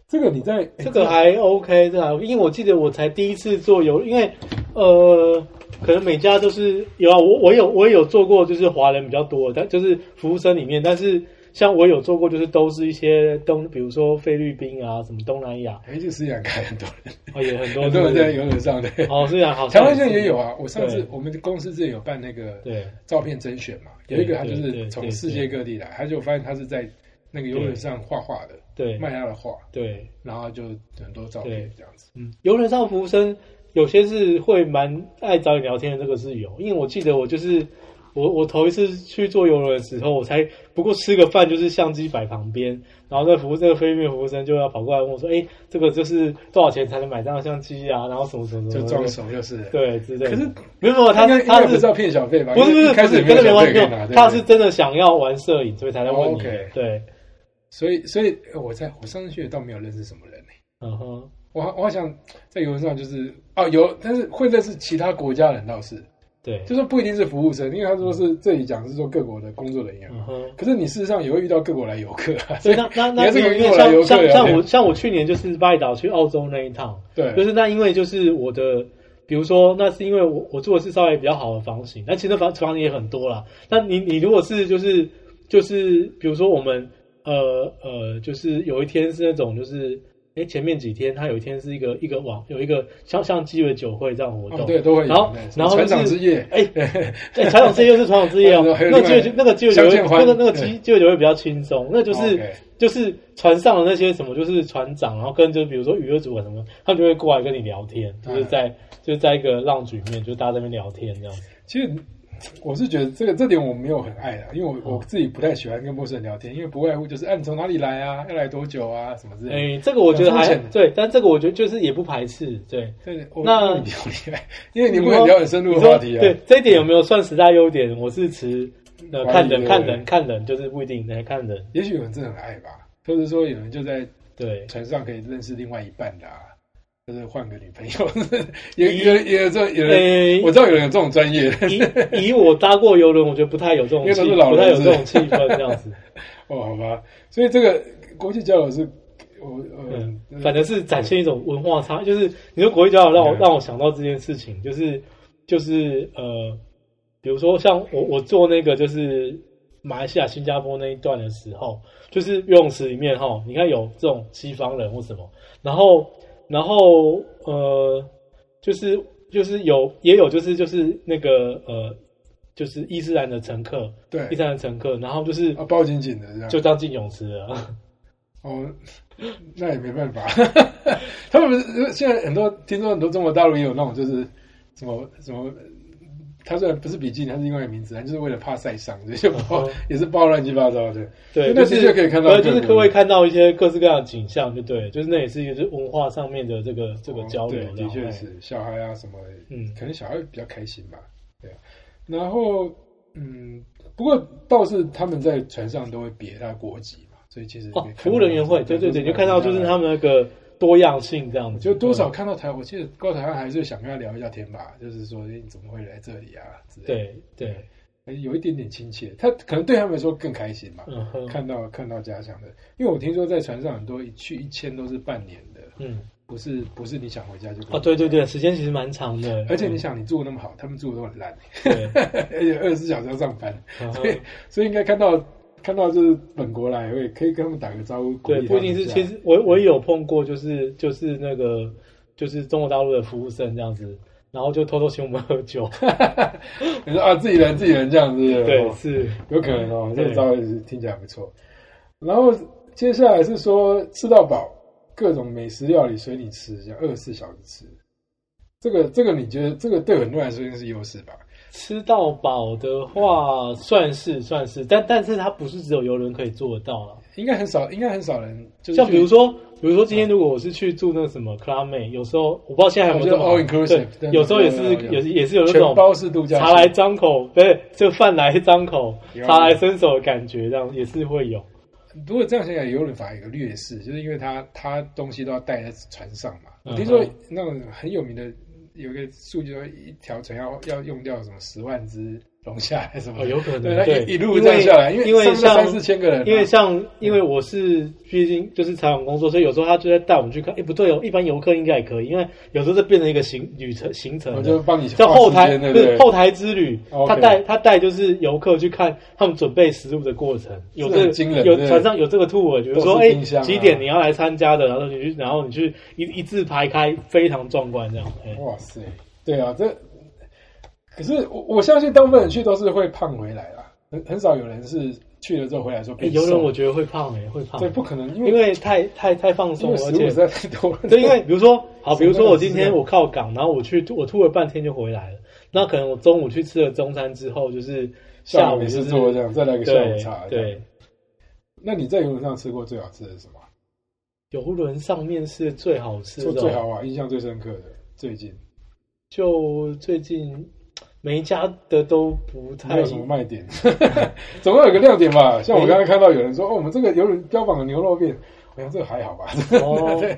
Speaker 1: 这个你在哎
Speaker 2: 这个还 OK，这个还 OK，因为我记得我才第一次做游，因为呃，可能每家都是有啊，我我有我也有做过，就是华人比较多，但就是服务生里面，但是像我有做过，就是都是一些东，比如说菲律宾啊，什么东南亚，
Speaker 1: 哎，这思想开很多人，
Speaker 2: 哦，有很多
Speaker 1: 很多人在
Speaker 2: 有。
Speaker 1: 游轮上的。
Speaker 2: 哦，是啊，好
Speaker 1: 台
Speaker 2: 像
Speaker 1: 湾现
Speaker 2: 是
Speaker 1: 在也有啊，我上次
Speaker 2: 对
Speaker 1: 我们公司之前有办那个
Speaker 2: 对
Speaker 1: 照片甄选嘛，有
Speaker 2: 对
Speaker 1: 一个他就
Speaker 2: 对对
Speaker 1: 是从
Speaker 2: 对
Speaker 1: 世界各地来，他就发现他是在那个游轮上画画的，
Speaker 2: 对
Speaker 1: 卖他的画，
Speaker 2: 对，
Speaker 1: 然后就很多照片
Speaker 2: 对
Speaker 1: 这样子。
Speaker 2: 嗯，游轮上服务生有些是会蛮爱找你聊天的，这个是有，因为我记得我就是我我头一次去坐游轮的时候，我才不过吃个饭，就是相机摆旁边，然后那服务这个菲律宾服务生就要跑过来问我说，哎、这个就是多少钱才能买这样的相机啊？然后什么什么什
Speaker 1: 就
Speaker 2: 么
Speaker 1: 装熟就是了。
Speaker 2: 对之类的。
Speaker 1: 可是
Speaker 2: 没有没有，他
Speaker 1: 应该
Speaker 2: 是
Speaker 1: 应该
Speaker 2: 他
Speaker 1: 不
Speaker 2: 是
Speaker 1: 是要骗小费吧？
Speaker 2: 不是不
Speaker 1: 因为一
Speaker 2: 是
Speaker 1: 开
Speaker 2: 不
Speaker 1: 始
Speaker 2: 是
Speaker 1: 也没
Speaker 2: 跟
Speaker 1: 有
Speaker 2: 那没
Speaker 1: 小
Speaker 2: 关系，
Speaker 1: 费可
Speaker 2: 没
Speaker 1: 以
Speaker 2: 有
Speaker 1: 拿，对不对
Speaker 2: 他是真的想要玩摄影，所以才来问
Speaker 1: 哦
Speaker 2: 你的。
Speaker 1: ，OK
Speaker 2: 对，
Speaker 1: 所以所以呃我在我上次去也倒没有认识什么人呢。
Speaker 2: 嗯哼，
Speaker 1: 我好我好像在游轮上就是哦有，但是会认识其他国家人倒是，
Speaker 2: 对，
Speaker 1: 就说不一定是服务生，因为他说是这里讲是说各国的工作人员
Speaker 2: 嗯
Speaker 1: 嘛。
Speaker 2: 哼。
Speaker 1: 可是你事实上也会遇到各国来游客啊，
Speaker 2: 所以那那那
Speaker 1: 你还是
Speaker 2: 因
Speaker 1: 个
Speaker 2: 为
Speaker 1: 过来游
Speaker 2: 像
Speaker 1: 客
Speaker 2: 像
Speaker 1: 啊
Speaker 2: 像
Speaker 1: 对
Speaker 2: 我像我去年就是巴厘岛去澳洲那一趟，
Speaker 1: 对
Speaker 2: 就是那因为就是我的比如说，那是因为我我住的是稍微比较好的房型，但其实那房房型也很多啦。那你你如果是就是就是，比如说我们呃呃，就是有一天是那种就是，哎，前面几天他有一天是一个一个网有一个像像鸡尾酒会这样的活动，
Speaker 1: 哦，对，都会有。
Speaker 2: 然后
Speaker 1: 对
Speaker 2: 然后
Speaker 1: 船
Speaker 2: 就是
Speaker 1: 长之夜，
Speaker 2: 哎哎，传统之夜又是传统之 夜哦
Speaker 1: 还，有
Speaker 2: 那
Speaker 1: 另外
Speaker 2: 个鸡尾酒那个鸡尾酒
Speaker 1: 相见
Speaker 2: 会
Speaker 1: 欢
Speaker 2: 那个那个鸡鸡尾酒会比较轻松，那就是。
Speaker 1: 哦 OK
Speaker 2: 就是船上的那些什么，就是船长，然后跟就是比如说娱乐主管什么，他们就会过来跟你聊天，就是在、
Speaker 1: 哎
Speaker 2: 就是在一个浪局里面，就是大家在那边聊天这样子。
Speaker 1: 其实我是觉得这个这点我没有很爱啊的，因为
Speaker 2: 哦
Speaker 1: 我我自己不太喜欢跟陌生人聊天，因为不外乎就是，哎、你从哪里来啊？要来多久啊？什么之类的。
Speaker 2: 哎、这个我觉得还
Speaker 1: 很肤浅
Speaker 2: 对，但这个我觉得就是也不排斥，对。
Speaker 1: 对，我
Speaker 2: 那
Speaker 1: 不能聊你来，因为你不能聊很深入的话题啊。
Speaker 2: 对，这一点有没有算时代优点？我是持呃
Speaker 1: 怀疑
Speaker 2: 看人
Speaker 1: 对
Speaker 2: 看人看人，就是不一定来看人。
Speaker 1: 也许有人真的很爱吧，或者说有人就在
Speaker 2: 对，
Speaker 1: 船上可以认识另外一半的、啊，就是换个女朋 友，也也也有这有人，
Speaker 2: 诶
Speaker 1: 我知道有人有这种专业，
Speaker 2: 以哎以我搭过游轮，我觉得不太有这种
Speaker 1: 因为
Speaker 2: 气，
Speaker 1: 都是老
Speaker 2: 不太有
Speaker 1: 人
Speaker 2: 这
Speaker 1: 是
Speaker 2: 种气氛这样子。
Speaker 1: 哦，好吧，所以这个国际交流是，我
Speaker 2: 嗯
Speaker 1: 嗯，，
Speaker 2: 反正是展现一种文化差，就是你说国际交流让我
Speaker 1: 嗯
Speaker 2: 让我想到这件事情，就是就是呃，比如说像我我做那个就是马来西亚、新加坡那一段的时候，就是游泳池里面哈，你看有这种西方人或什么，然后然后呃，就是就是有也有就是就是那个呃，就是伊斯兰的乘客，
Speaker 1: 对
Speaker 2: 伊斯兰的乘客，然后就是
Speaker 1: 啊，包紧紧的这样，
Speaker 2: 就当进泳池了。
Speaker 1: 哦， 那也没办法。 他们不是现在很多听说很多中国大陆也有那种就是什么什么，他虽然不是比基尼，他是另外一个名字，他就是为了怕晒伤，这些包、
Speaker 2: 哦
Speaker 1: 也是包乱七八糟的。
Speaker 2: 对，
Speaker 1: 那
Speaker 2: 就
Speaker 1: 的
Speaker 2: 是
Speaker 1: 确可以看到
Speaker 2: 对就是
Speaker 1: 各
Speaker 2: 各
Speaker 1: 国
Speaker 2: 位看到一些各式各样的景象，就对了，就是那也是一个就是文化上面的这个这个交流
Speaker 1: 哦
Speaker 2: 哎
Speaker 1: 对，，
Speaker 2: 这
Speaker 1: 的确，
Speaker 2: 样
Speaker 1: 是小孩啊什么，
Speaker 2: 嗯
Speaker 1: 可能小孩比较开心吧，对啊。然后嗯，不过倒是他们在船上都会别他国籍嘛，所以其实
Speaker 2: 哦，服务人员会，对对对，就看到就是
Speaker 1: 们。
Speaker 2: 他们那嗯个多样性这样子，
Speaker 1: 就多少看到台，我记得高台上还是想跟他聊一下天吧，就是说诶你怎么会来这里啊之类的，
Speaker 2: 对对，
Speaker 1: 对，有一点点亲切，他可能对他们来说更开心嘛，
Speaker 2: 嗯哼，
Speaker 1: 看到看到家乡的，因为我听说在船上很多一去一签都是半年的，
Speaker 2: 嗯，
Speaker 1: 不是不是你想回家就可以
Speaker 2: 哦，对对，对，时间其实蛮长的，
Speaker 1: 而且你想你住的那么好，他们住的都很烂，
Speaker 2: 嗯对，
Speaker 1: 而且二十四小时要上班，
Speaker 2: 嗯哼
Speaker 1: 所以所以应该看到看到就是本国来会可以跟他们打个招呼，鼓
Speaker 2: 对，
Speaker 1: 励
Speaker 2: 不
Speaker 1: 他
Speaker 2: 一
Speaker 1: 们
Speaker 2: 定
Speaker 1: 一
Speaker 2: 是，
Speaker 1: 下
Speaker 2: 其实我我也有碰过，就是就是那个就是中国大陆的服务生这样子，然后就偷偷请我们 喝酒，
Speaker 1: 你说啊自己人自己人这样子，
Speaker 2: 对，
Speaker 1: 哦
Speaker 2: 是，
Speaker 1: 有可能哦，这
Speaker 2: 对
Speaker 1: 个招也是听起来不错。然后接下来是说吃到饱，各种美食料理随你吃，这样二十四小时吃。这个这个，你觉得这个对很多人来说应该是优势吧？
Speaker 2: 吃到饱的话，算是算是，但但是它不是只有游轮可以做得到了。
Speaker 1: 应该很少，应该很少人就是
Speaker 2: 像比如
Speaker 1: 去
Speaker 2: 说，比如说今天如果我是去住那什么 Club Med，有时候我不知道现在还有没有这么好
Speaker 1: 哦就 all inclusive，
Speaker 2: 对
Speaker 1: 对
Speaker 2: 有时候也
Speaker 1: 有有
Speaker 2: 是
Speaker 1: 有
Speaker 2: 也是也是有那
Speaker 1: 全
Speaker 2: 种
Speaker 1: 包式度假
Speaker 2: 茶
Speaker 1: 村
Speaker 2: 来张口，不是就饭来张口
Speaker 1: 有，
Speaker 2: 茶来伸手的感觉，这样也是会有。
Speaker 1: 如果这样想想，游轮反而有个劣势，就是因为它它东西都要带在船上嘛。
Speaker 2: 嗯
Speaker 1: 我听说那种很有名的有一个数据说，一条船要要用掉什么十万只龙虾还是什么
Speaker 2: 哦
Speaker 1: 的，
Speaker 2: 有可能
Speaker 1: 对，它
Speaker 2: 对
Speaker 1: 一一路这样下来，因
Speaker 2: 因为
Speaker 1: 上面
Speaker 2: 像
Speaker 1: 三四千个人嘛，
Speaker 2: 因为像，因为我是毕竟就是采访工作，所以有时候他就在带我们去看。哎，不对哦，一般游客应该也可以，因为有时候这变成一个行旅程行程了。
Speaker 1: 我哦就帮你
Speaker 2: 叫
Speaker 1: 画
Speaker 2: 后
Speaker 1: 时间
Speaker 2: 台，
Speaker 1: 哦对
Speaker 2: 不
Speaker 1: 不
Speaker 2: 是
Speaker 1: 对？哦
Speaker 2: 后台之旅，
Speaker 1: OK
Speaker 2: 他带他带就是游客去看他们准备食物的过程，有
Speaker 1: 这
Speaker 2: 这
Speaker 1: 很惊
Speaker 2: 个
Speaker 1: 人
Speaker 2: 有
Speaker 1: 对
Speaker 2: 船上有这个 tour，比如
Speaker 1: 都
Speaker 2: 说
Speaker 1: 是
Speaker 2: 哎
Speaker 1: 冰箱啊
Speaker 2: 几点你要来参加的，然后你去然后你去一一字排开，非常壮观这样。哎
Speaker 1: 哇塞，对啊，这可是我我相信大部分人去都是会胖回来啦，很很少有人是去了之后回来说
Speaker 2: 哎
Speaker 1: 变瘦。
Speaker 2: 游轮我觉得会胖哎，会胖
Speaker 1: 对，，不可能，因为
Speaker 2: 因为太太太放
Speaker 1: 因
Speaker 2: 松
Speaker 1: 为
Speaker 2: 了，
Speaker 1: 食
Speaker 2: 而
Speaker 1: 物
Speaker 2: 且
Speaker 1: 实在太多了。
Speaker 2: 对，因为比如说，好，
Speaker 1: 什么
Speaker 2: 比如说我今
Speaker 1: 都
Speaker 2: 天
Speaker 1: 是
Speaker 2: 我靠港，然后我去我吐了半天就回来了，那可能我中午去吃了中餐之后，就是
Speaker 1: 下午
Speaker 2: 午
Speaker 1: 没
Speaker 2: 就是
Speaker 1: 事做这样，再来个下午
Speaker 2: 对
Speaker 1: 茶。
Speaker 2: 对，，
Speaker 1: 那你在游轮上吃过最好吃的是什么？
Speaker 2: 游轮上面是最好吃
Speaker 1: 做
Speaker 2: 的，
Speaker 1: 最好啊，印象最深刻的，最近
Speaker 2: 就最近每一家的都不
Speaker 1: 没
Speaker 2: 太
Speaker 1: 有什么卖点， 总要有个亮点吧。像我刚刚看到有人说，哦，我们这个游轮标榜的牛肉面，我想这个还好吧。
Speaker 2: 哦
Speaker 1: 对，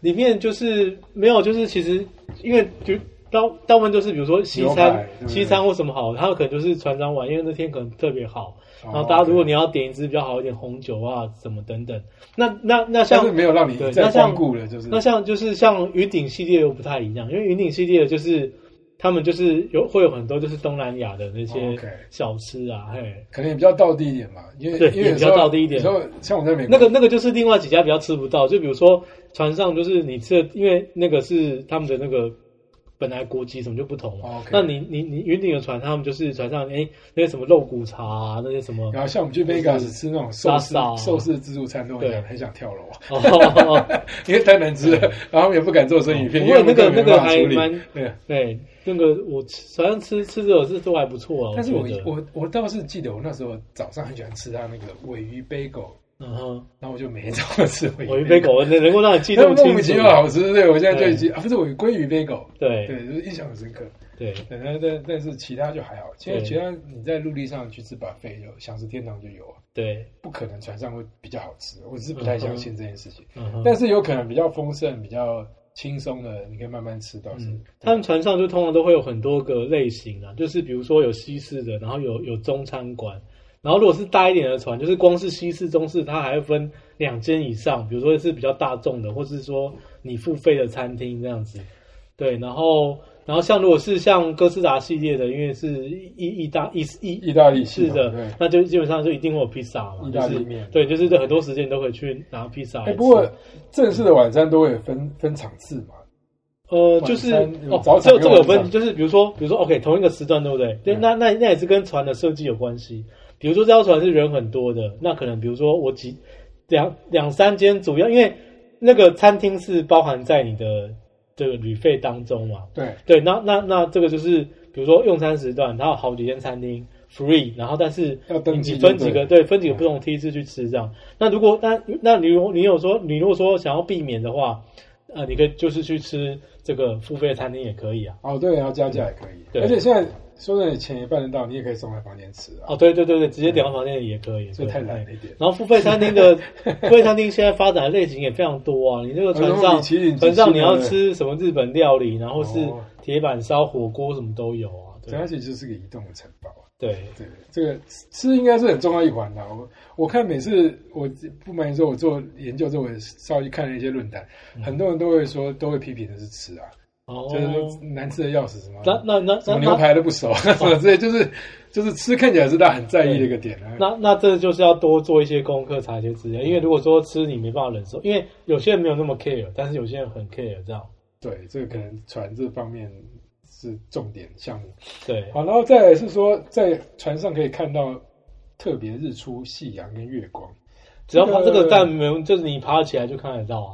Speaker 2: 里面就是没有，就是其实因为就大大部分就是比如说西
Speaker 1: 牛
Speaker 2: 餐
Speaker 1: 排对不对
Speaker 2: 西餐或什么好，他们可能就是船长碗，因为那天可能特别好。
Speaker 1: 然
Speaker 2: 然后大家如果你要点一支比较好一点红酒啊，什么等等，那那那
Speaker 1: 但是
Speaker 2: 像
Speaker 1: 没有让你
Speaker 2: 对
Speaker 1: 再
Speaker 2: 那像
Speaker 1: 光顾了，就是
Speaker 2: 那像就是像云顶系列又不太一样，因为云顶系列就是他们就是有会有很多就是东南亚的那
Speaker 1: 哦
Speaker 2: 些
Speaker 1: ，OK
Speaker 2: 小吃啊，嘿，
Speaker 1: 可能也比较道地一点嘛，因为
Speaker 2: 对
Speaker 1: 因为有时
Speaker 2: 也
Speaker 1: 候
Speaker 2: 比较道地一点
Speaker 1: 有时候像我在美国
Speaker 2: 那个那个就是另外几家比较吃不到，就比如说船上就是你吃的，因为那个是他们的那个本来国籍什么就不同嘛。
Speaker 1: 哦，OK
Speaker 2: 那你你你云顶的船，他们就是船上哎那些什么肉骨茶啊，那些什么
Speaker 1: 然后像我们去 Vegas 吃那种寿司
Speaker 2: 拉萨啊
Speaker 1: 寿司自助餐，都很
Speaker 2: 对
Speaker 1: 想很想跳楼，
Speaker 2: 哦，哦 哦
Speaker 1: 因为太难吃了，然后他们也不敢做生影片，因
Speaker 2: 不过
Speaker 1: 为他们
Speaker 2: 那个
Speaker 1: 根本没
Speaker 2: 那个
Speaker 1: 办法
Speaker 2: 还
Speaker 1: 处理
Speaker 2: 蛮
Speaker 1: 对。
Speaker 2: 对，那个我吃船上吃吃这种是都还不错啊。
Speaker 1: 但是我
Speaker 2: 觉得
Speaker 1: 我我倒是记得我那时候早上很喜欢吃他那个尾鱼 bagel，
Speaker 2: 嗯哼，
Speaker 1: 然后我就每天早上吃尾
Speaker 2: 我一
Speaker 1: 鱼
Speaker 2: 杯狗能能够让你记
Speaker 1: 那
Speaker 2: 这么
Speaker 1: 莫
Speaker 2: 清
Speaker 1: 名
Speaker 2: 楚
Speaker 1: 其，妙好吃，对我现在就已经啊不是尾鱼鲑鱼 bagel，
Speaker 2: 对
Speaker 1: 对，就是印象很深刻。
Speaker 2: 对
Speaker 1: 对，但但但是其他就还好，其实
Speaker 2: 对
Speaker 1: 其他你在陆地上去吃 buffet 有享食天堂就有啊，
Speaker 2: 对，
Speaker 1: 不可能船上会比较好吃，我是不太相信这件事情。
Speaker 2: 嗯哼。
Speaker 1: 但是有可能比较丰盛、比较轻松的，你可以慢慢吃到。是
Speaker 2: 嗯，他们船上就通常都会有很多个类型啊，就是比如说有西式的，然后有有中餐馆，然后如果是大一点的船，就是光是西式、中式，它还会分两间以上，比如说是比较大众的，或是说你付费的餐厅这样子。对，然后然后像如果是像哥斯达系列的，因为是意意大意意
Speaker 1: 意大利系
Speaker 2: 式
Speaker 1: 统
Speaker 2: 的哎
Speaker 1: 对，
Speaker 2: 那就基本上就一定会有披萨嘛，
Speaker 1: 意
Speaker 2: 就
Speaker 1: 大利
Speaker 2: 是
Speaker 1: 面
Speaker 2: 对，就是很多时间都可以去拿披萨来
Speaker 1: 哎，
Speaker 2: 吃。
Speaker 1: 不过正式的晚餐都会有分分场次嘛，
Speaker 2: 呃，就是
Speaker 1: 晚餐有
Speaker 2: 哦，
Speaker 1: 早
Speaker 2: 这
Speaker 1: 场跟
Speaker 2: 个这
Speaker 1: 晚
Speaker 2: 个有分，
Speaker 1: 上
Speaker 2: 就是比如说，比如说，OK，同一个时段，对不对？对，
Speaker 1: 嗯
Speaker 2: 那那那也是跟船的设计有关系。比如说这条船是人很多的，那可能比如说我几两两三间主要，因为那个餐厅是包含在你的这个旅费当中嘛。
Speaker 1: 对，
Speaker 2: 对，那那那这个就是比如说用餐时段，它有好几间餐厅 free，然后但是
Speaker 1: 要登记
Speaker 2: 你
Speaker 1: 就嗯
Speaker 2: 分几个对分几个不同梯次去吃这样。那如果那那你如你有说你如果说想要避免的话，呃，你可以就是去吃这个付费的餐厅也可以啊。
Speaker 1: 哦对，然后加价也可以，
Speaker 2: 对
Speaker 1: 而且现在说真的，钱也办得到，你也可以送来房间吃啊，
Speaker 2: 哦，对对对对，直接点到房间也可以。
Speaker 1: 所以
Speaker 2: 对
Speaker 1: 太懒了一点。
Speaker 2: 然后付费餐厅的付费餐厅现在发展的类型也非常多啊，你这个船
Speaker 1: 然后
Speaker 2: 上
Speaker 1: 米其林几
Speaker 2: 船上你要
Speaker 1: 星的
Speaker 2: 吃什么日本料理，然后是
Speaker 1: 哦
Speaker 2: 铁板烧、火锅什么都有啊。
Speaker 1: 对，
Speaker 2: 对
Speaker 1: 而且就是个移动的城堡啊。
Speaker 2: 对，
Speaker 1: 对，这个吃应该是很重要一环的。我我看每次我不瞒你说，我做研究之后，我也稍微去看了一些论坛，很多人都会说，都会批评的是吃啊，
Speaker 2: 嗯哦，
Speaker 1: 就是说难吃的要死，什么
Speaker 2: 那那那
Speaker 1: 什
Speaker 2: 那哦
Speaker 1: 么牛排都不熟，什 么之类，就是就是吃看起来是大家很在意的一个点啊。
Speaker 2: 那那这就是要多做一些功课，查一些资料。因为如果说吃你没办法忍受，因为有些人没有那么 care，但是有些人很 care 这样。
Speaker 1: 对，这个可能船这方面是重点项目。
Speaker 2: 对，
Speaker 1: 好，然后再来是说，在船上可以看到特别日出、夕阳跟月光，
Speaker 2: 只要爬这个蛋门，就是你爬起来就看得到啊。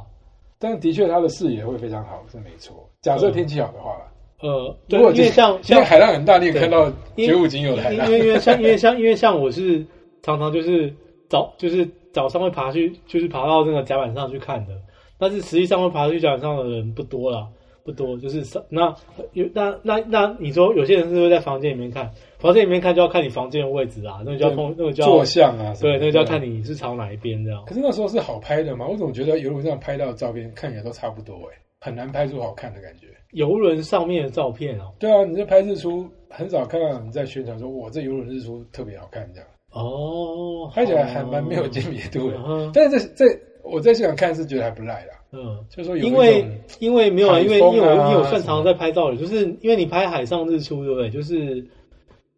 Speaker 1: 但的确它的视野会非常好，是没错。假设天气好的话啦。
Speaker 2: 呃，对
Speaker 1: 如果，
Speaker 2: 因为
Speaker 1: 今
Speaker 2: 像
Speaker 1: 今天
Speaker 2: 像
Speaker 1: 海浪很大，你也看到
Speaker 2: 因
Speaker 1: 绝
Speaker 2: 为
Speaker 1: 无仅有的海
Speaker 2: 因
Speaker 1: 浪。
Speaker 2: 为因为像因为像因为像我是常常就是早就是早上会爬去，就是爬到那个甲板上去看的，但是实际上会爬去甲板上的人不多了。不多，就是少那有那那那你说有些人是会在房间里面看，房间里面看就要看你房间的位置啊，那个就要碰，那个就要
Speaker 1: 坐向啊，
Speaker 2: 对，那个就要看
Speaker 1: 你。
Speaker 2: 你是朝哪一边这样。
Speaker 1: 可是那时候是好拍的嘛？我总觉得游轮上拍到的照片看起来都差不多哎、很难拍出好看的感觉。
Speaker 2: 游轮上面的照片哦，
Speaker 1: 对啊，你这拍日出很少看到你在宣传说我这游轮日出特别好看这样，
Speaker 2: 哦，
Speaker 1: 拍起来还蛮没有鉴别度的。
Speaker 2: 嗯
Speaker 1: 但是这这我在现场看是觉得还不赖啦，
Speaker 2: 嗯，
Speaker 1: 就是说有一
Speaker 2: 因
Speaker 1: 种
Speaker 2: 为因为没有啊，因为
Speaker 1: 海风
Speaker 2: 因为
Speaker 1: 啊
Speaker 2: 我因为我
Speaker 1: 什么
Speaker 2: 算常常在拍照的，就是因为你拍海上日出，对不对？就是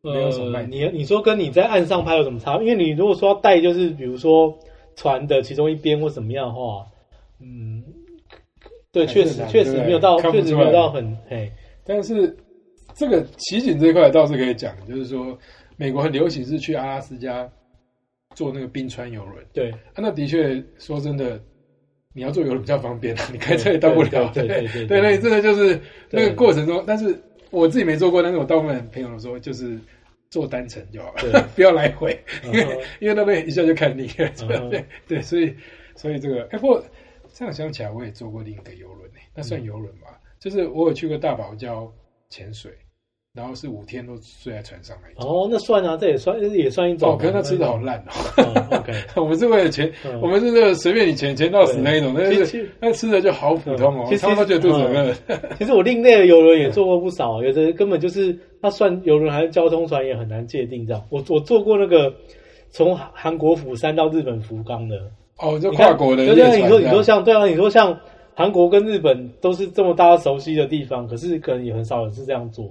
Speaker 1: 没有什么
Speaker 2: 呃，
Speaker 1: 卖
Speaker 2: 你
Speaker 1: 点
Speaker 2: 你说跟你在岸上拍有什么差？因为你如果说要带，就是比如说船的其中一边或怎么样的话，嗯，对，
Speaker 1: 很
Speaker 2: 确实
Speaker 1: 正常
Speaker 2: 确
Speaker 1: 对
Speaker 2: 实
Speaker 1: 不对
Speaker 2: 没有到，
Speaker 1: 看不
Speaker 2: 确实
Speaker 1: 出
Speaker 2: 没有
Speaker 1: 来
Speaker 2: 到很嘿，
Speaker 1: 但是这个奇景这一块倒是可以讲，就是说美国很流行是去阿拉斯加坐那个冰川游轮。
Speaker 2: 对，
Speaker 1: 啊，那的确，说真的，你要坐游轮比较方便啊，你开车也到不了。
Speaker 2: 对对对对
Speaker 1: 对
Speaker 2: 对
Speaker 1: 那你真的就是
Speaker 2: 对
Speaker 1: 那个过程中，但是我自己没坐过，但是我大部分朋友说，就是坐单程就好
Speaker 2: 对
Speaker 1: 了，不要来回，因为、
Speaker 2: 嗯哼
Speaker 1: 因为那边一下就看腻了。
Speaker 2: 嗯 哼
Speaker 1: 对对，所以所以这个，哎，不过这样想起来，我也欸
Speaker 2: 嗯
Speaker 1: 坐过另一个游轮诶，那算游轮吧？就是我有去过大堡礁潜水，然后是五天都睡在船上那一种。
Speaker 2: 哦，那算啊，这也算也算一种啊。
Speaker 1: 哦，可是那吃的好烂哦！
Speaker 2: 嗯，OK，
Speaker 1: 我们是为了钱，
Speaker 2: 嗯
Speaker 1: 我们是这个随便你钱钱到死那一种，但
Speaker 2: 其
Speaker 1: 是
Speaker 2: 实
Speaker 1: 那吃的就好普通哦
Speaker 2: 嗯其，实
Speaker 1: 他
Speaker 2: 嗯
Speaker 1: 们都觉得肚子很饿。
Speaker 2: 其实我另类的游轮也坐过不少，有的根本就是它算游轮还是交通船也很难界定。这样，我我坐过那个从韩韩国釜山到日本福冈的，
Speaker 1: 哦，就
Speaker 2: 你看
Speaker 1: 跨国的
Speaker 2: 对
Speaker 1: 夜
Speaker 2: 对，
Speaker 1: 船
Speaker 2: 你
Speaker 1: 这
Speaker 2: 说你
Speaker 1: 样
Speaker 2: 说像对啊，你说像韩国跟日本都是这么大家熟悉的地方，可是可能也很少人是这样做，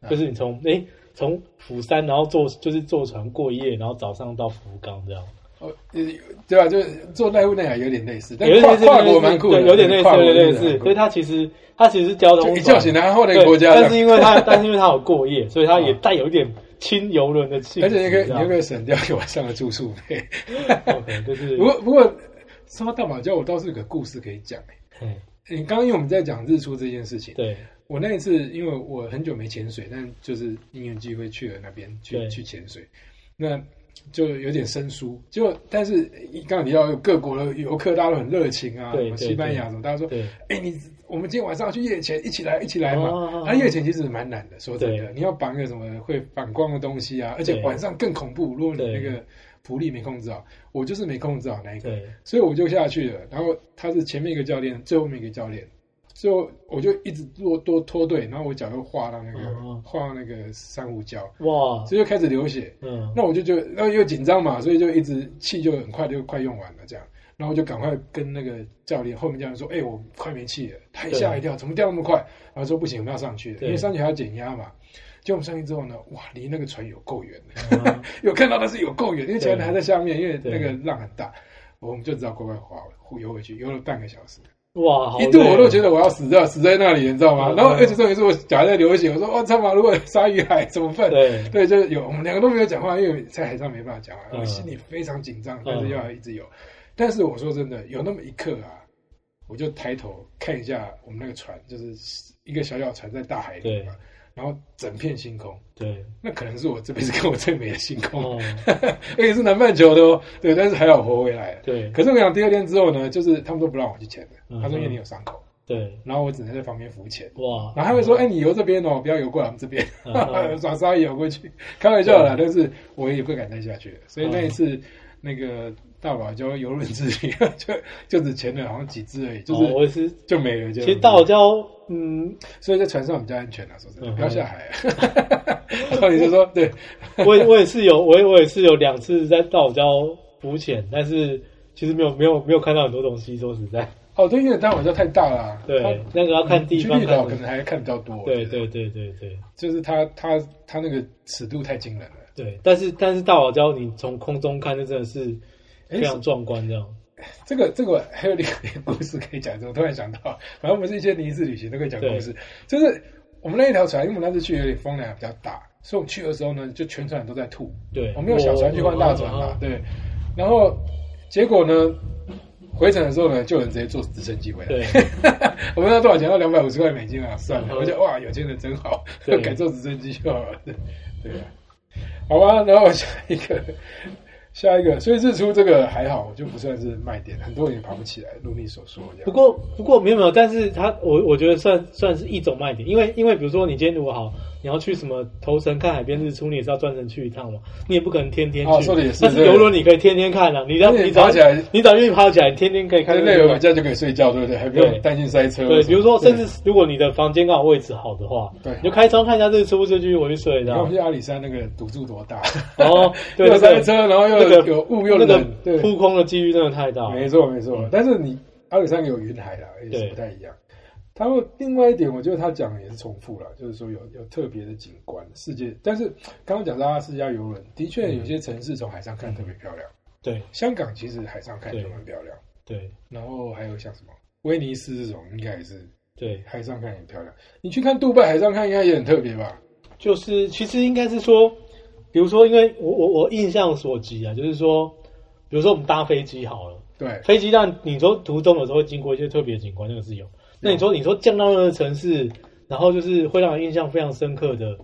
Speaker 1: 嗯
Speaker 2: 就是你从诶从釜山然后坐就是坐船过夜，然后早上到福冈这样，
Speaker 1: 哦，呃对吧？就是做内务内海有点类似，但
Speaker 2: 有点
Speaker 1: 跨
Speaker 2: 类似
Speaker 1: 跨国蛮酷的，
Speaker 2: 对有点类似，
Speaker 1: 跨国
Speaker 2: 有点类
Speaker 1: 真的
Speaker 2: 似。
Speaker 1: 蛮酷
Speaker 2: 所以它其实它其实是交通
Speaker 1: 就一觉醒
Speaker 2: 船
Speaker 1: 来换了一
Speaker 2: 对，
Speaker 1: 个国家这样，
Speaker 2: 但是因 为它但是因为它有过夜，所以它也
Speaker 1: 啊
Speaker 2: 带有一点轻游轮的气质，
Speaker 1: 而且你可以
Speaker 2: 这
Speaker 1: 你
Speaker 2: 样
Speaker 1: 就可以省掉一晚上的 住宿费。
Speaker 2: OK，就是
Speaker 1: 不过不过，说到大马礁，我倒是有个故事可以讲、欸。
Speaker 2: 嗯
Speaker 1: 你刚刚因为我们在讲日出这件事情，
Speaker 2: 对
Speaker 1: 我那一次因为我很久没潜水，但就是因缘机会去了那边去
Speaker 2: 对
Speaker 1: 去潜水，那就有点生疏。就但是刚刚提到各国的游客，大家都很热情啊，
Speaker 2: 对
Speaker 1: 什么
Speaker 2: 对
Speaker 1: 西班牙什么，大家说
Speaker 2: 对，
Speaker 1: 哎、你我们今天晚上要去夜潜，一起来，一起来嘛。
Speaker 2: 哦
Speaker 1: 啊，夜潜其实蛮难的，说真的，
Speaker 2: 对
Speaker 1: 你要绑一个什么会反光的东西啊，而且
Speaker 2: 对
Speaker 1: 晚上更恐怖。如果你
Speaker 2: 对
Speaker 1: 那个浮力没控制好，我就是没控制好那一个，
Speaker 2: 对
Speaker 1: 所以我就下去了。然后他是前面一个教练，最后面一个教练，最后我就一直多多拖队，然后我脚又划到那个、
Speaker 2: 哦
Speaker 1: 划到那个珊瑚礁，
Speaker 2: 哇，
Speaker 1: 所以就开始流血。
Speaker 2: 嗯
Speaker 1: 那我就觉得，那又紧张嘛，所以就一直气就很快就快用完了这样，然后我就赶快跟那个教练后面教练说，哎、我快没气了，他也吓一跳，怎么掉那么快？然后说不行，我们要上去了，
Speaker 2: 对
Speaker 1: 因为上去还要减压嘛。结果我们上去之后呢，哇，离那个船有够远的，
Speaker 2: 嗯
Speaker 1: 有看到但是有够远，因为
Speaker 2: 对
Speaker 1: 船还在下面，因为
Speaker 2: 对
Speaker 1: 那个浪很大，我们就只好乖乖划回游回去，游了半个小时，
Speaker 2: 哇，好
Speaker 1: 一度
Speaker 2: 累
Speaker 1: 我
Speaker 2: 哦
Speaker 1: 都觉得我要死掉，死在那里，你知道吗？
Speaker 2: 嗯
Speaker 1: 然后而且重点是我脚还在流血，我说我操妈，如果 鲨鱼海怎么办？
Speaker 2: 对
Speaker 1: 对，就是有我们两个都没有讲话，因为在海上没办法讲话，
Speaker 2: 嗯
Speaker 1: 我心里非常紧张，但是要一直有。但是我说真的，有那么一刻啊，我就抬头看一下我们那个船，就是一个小小船在大海里嘛，然后整片星空，
Speaker 2: 对
Speaker 1: 那可能是我这辈子 看过最美的星空，
Speaker 2: 哦
Speaker 1: 而且是南半球的哦。对，但是还好活回来了。
Speaker 2: 对
Speaker 1: 可是我想第二天之后呢，就是他们都不让我去潜了，
Speaker 2: 嗯哦
Speaker 1: 他说因为你有伤口，
Speaker 2: 对
Speaker 1: 然后我只能在旁边浮潜。
Speaker 2: 哇，
Speaker 1: 然后他会说：“哎、你游这边哦，不要游过来我们这边，
Speaker 2: 嗯 嗯
Speaker 1: 耍鲨鱼游过去。”开玩笑啦，但是我也不敢再下去了。所以那一次，那个大堡礁游轮之旅， 就就只潜了好像几只而已，就
Speaker 2: 哦
Speaker 1: 是、
Speaker 2: 我也是，
Speaker 1: 就没了。就
Speaker 2: 其实大堡礁，嗯，
Speaker 1: 所以在船上比较安全啊，说真的，
Speaker 2: 嗯
Speaker 1: 不要下海、啊。 然后你就说对，
Speaker 2: 我也我也是有，我也我也是有两次在大堡礁浮潜，但是其实没有没有没有看到很多东西，说实在，
Speaker 1: 哦对，因为大堡礁太大了啊、
Speaker 2: 对
Speaker 1: 它，
Speaker 2: 那个要看地
Speaker 1: 去
Speaker 2: 方
Speaker 1: 绿，岛可
Speaker 2: 看
Speaker 1: 能还看比较多。
Speaker 2: 对
Speaker 1: 我觉得
Speaker 2: 对，对对对
Speaker 1: 就是它它它那个尺度太惊人了。
Speaker 2: 对，但是但是大堡礁你从空中看，就真的是
Speaker 1: 哎
Speaker 2: 非常壮观，这样
Speaker 1: 这个这个还有另外一个故事可以讲，我突然想到，反正我们是一些离次旅行都可以讲故事。就是我们那一条船，因为我们那次去有点风量比较大，所以我们去的时候呢，就全船都在吐。
Speaker 2: 对，
Speaker 1: 我们用小船去换大船啊
Speaker 2: 我
Speaker 1: 嘛，，对。然后结果呢，回程的时候呢，就有人直接坐直升机回来。
Speaker 2: 对
Speaker 1: 我们要多少钱？要两百五十块美金啊！算了，
Speaker 2: 嗯
Speaker 1: 我觉得哇，有钱人真好，
Speaker 2: 对
Speaker 1: 改坐直升机就好了。对对啊，好吧，然后下一个， 下一个，所以日出这个还好，我就不算是卖点，很多人也爬不起来，如你所说这
Speaker 2: 不
Speaker 1: 样。
Speaker 2: 过不过没有没有，但是它我我觉得算算是一种卖点，因为因为比如说你今天如果好，你要去什么头城看海边日出，你也是要专程去一趟嘛，你也不可能天天去。
Speaker 1: 哦说得也是
Speaker 2: 但是
Speaker 1: 对
Speaker 2: 游轮你可以天天看啊，你只要
Speaker 1: 而且
Speaker 2: 你早
Speaker 1: 爬起来
Speaker 2: 你早愿意爬起来，你天天可以看
Speaker 1: 看
Speaker 2: 日
Speaker 1: 累了回
Speaker 2: 出。
Speaker 1: 家就可以睡觉，对不对？还不用
Speaker 2: 对
Speaker 1: 担心塞车。
Speaker 2: 对，比如说，甚
Speaker 1: 对
Speaker 2: 至如果你的房间刚好位置好的话，
Speaker 1: 对
Speaker 2: 你就开窗看一下日出，就去回去睡
Speaker 1: 你
Speaker 2: 的
Speaker 1: 看。我们去阿里山那个赌注多大，
Speaker 2: 哦对
Speaker 1: 又
Speaker 2: 那
Speaker 1: 塞
Speaker 2: 个
Speaker 1: 车，然后又
Speaker 2: 那个
Speaker 1: 有雾又
Speaker 2: 那个
Speaker 1: 冷，对，
Speaker 2: 扑空的几率真的太大了。
Speaker 1: 没错没错，但是你阿里山有云海啦，也是
Speaker 2: 对
Speaker 1: 不太一样。他们另外一点，我觉得他讲的也是重复了，就是说有有特别的景观，世界。但是刚刚讲到阿拉斯加游轮，的
Speaker 2: 嗯
Speaker 1: 确有些城市从海上看特别漂亮，
Speaker 2: 对
Speaker 1: 香港其实海上看就蛮漂亮，
Speaker 2: 对
Speaker 1: 然后还有像什么威尼斯这种，应该也是
Speaker 2: 对，
Speaker 1: 海上看也很漂亮。你去看杜拜海上看，应该也很特别吧？
Speaker 2: 就是其实应该是说，比如说，因为我我我印象所及啊，就是说，比如说我们搭飞机好了，
Speaker 1: 对，
Speaker 2: 飞机让你说途中有时候会经过一些特别景观，那个是有。那你说你说降到那个城市，然后就是会让人印象非常深刻的，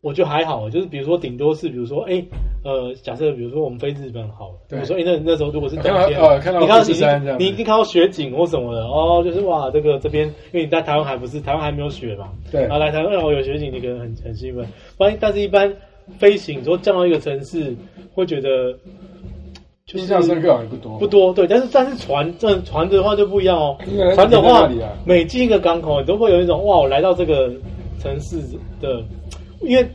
Speaker 2: 我觉得还好，就是比如说顶多是比如说哎、呃，假设比如说我们飞日本好了，
Speaker 1: 对
Speaker 2: 我说哎、那那时候如果是冬
Speaker 1: 看到
Speaker 2: 天，
Speaker 1: 呃看到
Speaker 2: 你看
Speaker 1: 富士山这
Speaker 2: 到
Speaker 1: 样子
Speaker 2: 你你一定看到雪景或什么的哦，就是哇这个这边因为你在台湾还不是台湾还没有雪嘛，
Speaker 1: 对
Speaker 2: 然后来台湾哦有雪景，你可能很很兴奋，不然但是一般飞行说降到一个城市会觉得。就是
Speaker 1: 印象深刻好像不多，
Speaker 2: 不多，对，但是但是船这船的话就不一样哦
Speaker 1: 因为，
Speaker 2: 船的
Speaker 1: 你在那
Speaker 2: 话
Speaker 1: 里啊，
Speaker 2: 每进一个港口，你都会有一种哇，我来到这个城市的，因为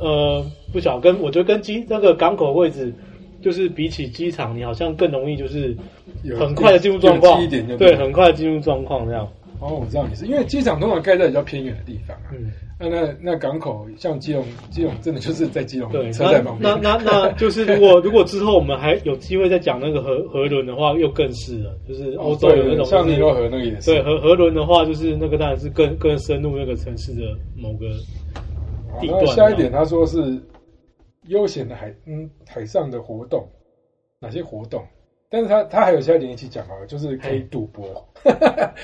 Speaker 2: 呃不晓得跟我觉得跟机那个港口位置，就是比起机场，你好像更容易就是
Speaker 1: 有
Speaker 2: 很快的进入状
Speaker 1: 有
Speaker 2: 况
Speaker 1: 记忆点就，
Speaker 2: 对，很快的进入状况这样，
Speaker 1: 哦，我知道你是因为机场通常盖在比较偏远的地方啊，
Speaker 2: 嗯，
Speaker 1: 那那那港口像基隆，基隆真的就是在基隆
Speaker 2: 对，
Speaker 1: 嗯车
Speaker 2: 那
Speaker 1: 站旁边
Speaker 2: 那，那那就是如果如果之后我们还有机会再讲那个河河轮的话，又更是了，就是欧
Speaker 1: 哦
Speaker 2: 洲有那
Speaker 1: 对，
Speaker 2: 种
Speaker 1: 像
Speaker 2: 就是
Speaker 1: 尼罗河那个也是，
Speaker 2: 对，河河轮的话，就是那个当然是更更深入那个城市的某个，
Speaker 1: 好
Speaker 2: 地段
Speaker 1: 哦
Speaker 2: 啊
Speaker 1: 那下一点他说是悠闲的海，嗯，海上的活动，哪些活动？但是他他还有下一点一起讲啊，就是可以赌博，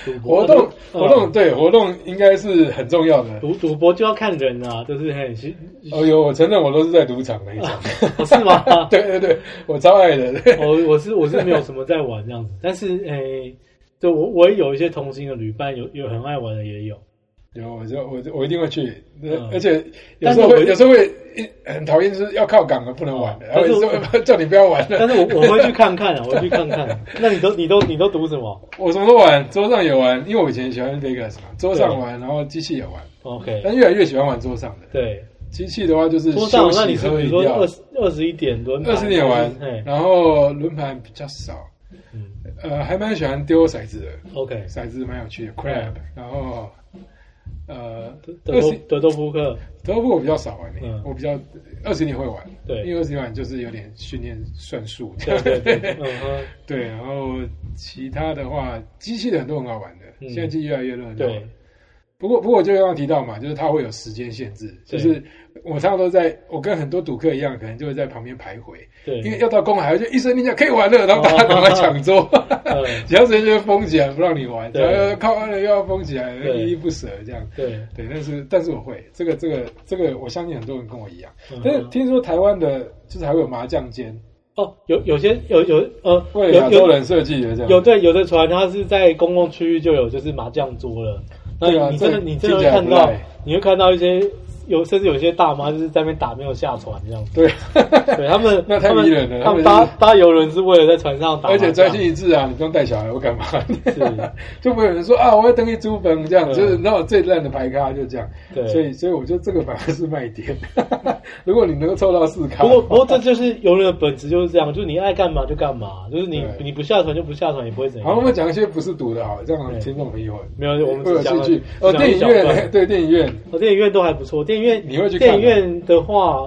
Speaker 2: 赌博
Speaker 1: 活动
Speaker 2: 嗯
Speaker 1: 活动对活动应该是很重要的。
Speaker 2: 赌赌博就要看人啊，就是很是
Speaker 1: 哦哟，我承认我都是在赌场那一 种，
Speaker 2: 不哦是吗？
Speaker 1: 对对对，我超爱的，对
Speaker 2: 我我是我是没有什么在玩这样子，但是诶、对我我也有一些同行的旅伴，有有很爱玩的也有，
Speaker 1: 有我就我就我一定会去，
Speaker 2: 嗯
Speaker 1: 而且有
Speaker 2: 但
Speaker 1: 时
Speaker 2: 是
Speaker 1: 候
Speaker 2: 我
Speaker 1: 会有时候会很讨厌，就是要靠港的不能玩的，然后
Speaker 2: 但是
Speaker 1: 有时候 叫你不要玩
Speaker 2: 但
Speaker 1: 了。
Speaker 2: 是我我会去看看啊，我会去看看。那你都你都你都赌什么
Speaker 1: 我什么都玩，桌上也玩，因为我以前喜欢 Vegas 嘛，桌上玩，然后机器也玩，
Speaker 2: ？OK，
Speaker 1: 但越来越喜欢玩桌上的。
Speaker 2: 对，
Speaker 1: 机器的话哎就是
Speaker 2: 桌上
Speaker 1: 休息
Speaker 2: 那你是
Speaker 1: 喝
Speaker 2: 比
Speaker 1: 饮
Speaker 2: 如说
Speaker 1: 料
Speaker 2: 二，十二十一点轮盘
Speaker 1: 二十点玩
Speaker 2: 哎，，
Speaker 1: 然后轮盘比较少，
Speaker 2: 嗯
Speaker 1: 呃，还蛮喜欢丢骰子的，
Speaker 2: ，OK，
Speaker 1: 骰子蛮有趣的，crab，然后呃，
Speaker 2: 德
Speaker 1: 二
Speaker 2: 州
Speaker 1: 十
Speaker 2: 德州扑克，
Speaker 1: 德扑我比较少玩欸
Speaker 2: 嗯
Speaker 1: 我比较二十年会玩，
Speaker 2: 对
Speaker 1: 因为二十年玩就是有点训练算术，
Speaker 2: 对对对， 嗯哼。
Speaker 1: 对，然后其他的话，机器的很多很好玩的，
Speaker 2: 嗯
Speaker 1: 现在机器越来越热闹，
Speaker 2: 对，
Speaker 1: 不过，不过我就刚刚提到嘛，就是它会有时间限制，就
Speaker 2: 对
Speaker 1: 是我常常都在，我跟很多赌客一样，可能就会在旁边徘徊，
Speaker 2: 对，哦
Speaker 1: 因为要到公海，就一声令下可以玩了，然后大家赶快抢桌，
Speaker 2: 嗯
Speaker 1: 其他时间就会封起来不让你玩，
Speaker 2: 对
Speaker 1: 然后靠岸了又要封起来，
Speaker 2: 对
Speaker 1: 依依不舍这样。
Speaker 2: 对，
Speaker 1: 对，但是但是我会这个这个这个，我相信很多人跟我一样。
Speaker 2: 嗯
Speaker 1: 但是听说台湾的，就是还会有麻将间，
Speaker 2: 哦，有有些有有呃，
Speaker 1: 为了亚
Speaker 2: 有
Speaker 1: 洲
Speaker 2: 有
Speaker 1: 啊人设计的这样。
Speaker 2: 有对有的船，它是在公共区域就有就是麻将桌了。那
Speaker 1: 对啊
Speaker 2: 你真的
Speaker 1: 这
Speaker 2: 你真的会
Speaker 1: 听起来
Speaker 2: 看
Speaker 1: 不
Speaker 2: 到
Speaker 1: 赖，
Speaker 2: 你会看到一些有甚至有些大妈就是在那边打没有下船这样子。
Speaker 1: 对，
Speaker 2: 对他们，
Speaker 1: 那太
Speaker 2: 他们
Speaker 1: 迷人了
Speaker 2: 他
Speaker 1: 他们
Speaker 2: 们搭
Speaker 1: 就是
Speaker 2: 搭游轮是为了在船上打麻
Speaker 1: 而
Speaker 2: 将，
Speaker 1: 且专心一致啊，你不用带小孩，我干嘛？
Speaker 2: 是
Speaker 1: 就不会有人说啊，我要登一租本这样，
Speaker 2: 嗯
Speaker 1: 就是那我最烂的牌咖就这样。
Speaker 2: 对
Speaker 1: 所以所以我觉得这个反而是卖点。 如果你能够凑到四咖，
Speaker 2: 不过，不过这就是游轮的本质就是这样，就是你爱干嘛就干嘛，就是你
Speaker 1: 对
Speaker 2: 你不下船就不下船，也不会怎
Speaker 1: 好，我
Speaker 2: 样。
Speaker 1: 们讲一些不是赌的，好，这样
Speaker 2: 对
Speaker 1: 听众朋友
Speaker 2: 没有，我
Speaker 1: 会
Speaker 2: 们只
Speaker 1: 有兴
Speaker 2: 讲了
Speaker 1: 趣。哦，
Speaker 2: 只讲了
Speaker 1: 电
Speaker 2: 一
Speaker 1: 影
Speaker 2: 小段
Speaker 1: 院，对电影院，
Speaker 2: 哦，电影院都还不错。电影院
Speaker 1: 你会去看吗
Speaker 2: 电影院的话，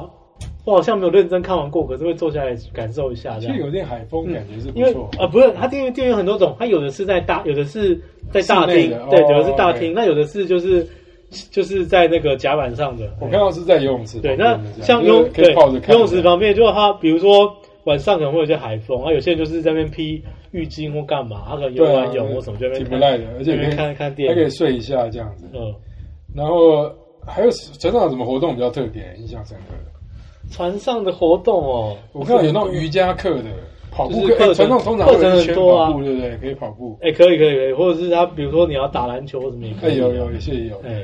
Speaker 2: 我好像没有认真看完过，可是会坐下来感受一下这
Speaker 1: 其实
Speaker 2: 样。
Speaker 1: 有点海风，感觉是
Speaker 2: 嗯因
Speaker 1: 不
Speaker 2: 为
Speaker 1: 错。啊
Speaker 2: 呃，不是，它电影电影院很多种，它有的是在大，有的是在大
Speaker 1: 室内
Speaker 2: 厅
Speaker 1: 的，
Speaker 2: 对，
Speaker 1: 哦
Speaker 2: 有的是大
Speaker 1: OK
Speaker 2: 厅，那有的是就是就是在那个甲板上的。
Speaker 1: 我看到是在游泳池
Speaker 2: 对，
Speaker 1: 旁边
Speaker 2: 那
Speaker 1: 的这样，
Speaker 2: 像
Speaker 1: 就是
Speaker 2: 游
Speaker 1: 可以
Speaker 2: 对
Speaker 1: 抱着看
Speaker 2: 游泳池旁边，就是它，比如说晚上可能会有一些海风，啊，有些人就是在那边披浴巾或干嘛，他可能游
Speaker 1: 对啊
Speaker 2: 完泳或什么就在那
Speaker 1: 挺不
Speaker 2: 边
Speaker 1: 赖
Speaker 2: 看，
Speaker 1: 的，而且
Speaker 2: 在那
Speaker 1: 可以
Speaker 2: 边看看电
Speaker 1: 还可以
Speaker 2: 影，
Speaker 1: 睡一下这样子。
Speaker 2: 嗯。
Speaker 1: 然后还有船上有什么活动比较特别、印象深刻的？
Speaker 2: 船上的活动哦，
Speaker 1: 我看到有那种瑜伽课的，跑步
Speaker 2: 就
Speaker 1: 课，
Speaker 2: 是课程
Speaker 1: 哎船上通常会
Speaker 2: 课程
Speaker 1: 有
Speaker 2: 很
Speaker 1: 一圈
Speaker 2: 多啊
Speaker 1: 跑步，对不对？可以跑步，
Speaker 2: 哎、可以可以可以，或者是他比如说你要打篮球或什么也可
Speaker 1: 哎，
Speaker 2: 以，啊
Speaker 1: 有有有些也有，
Speaker 2: 哎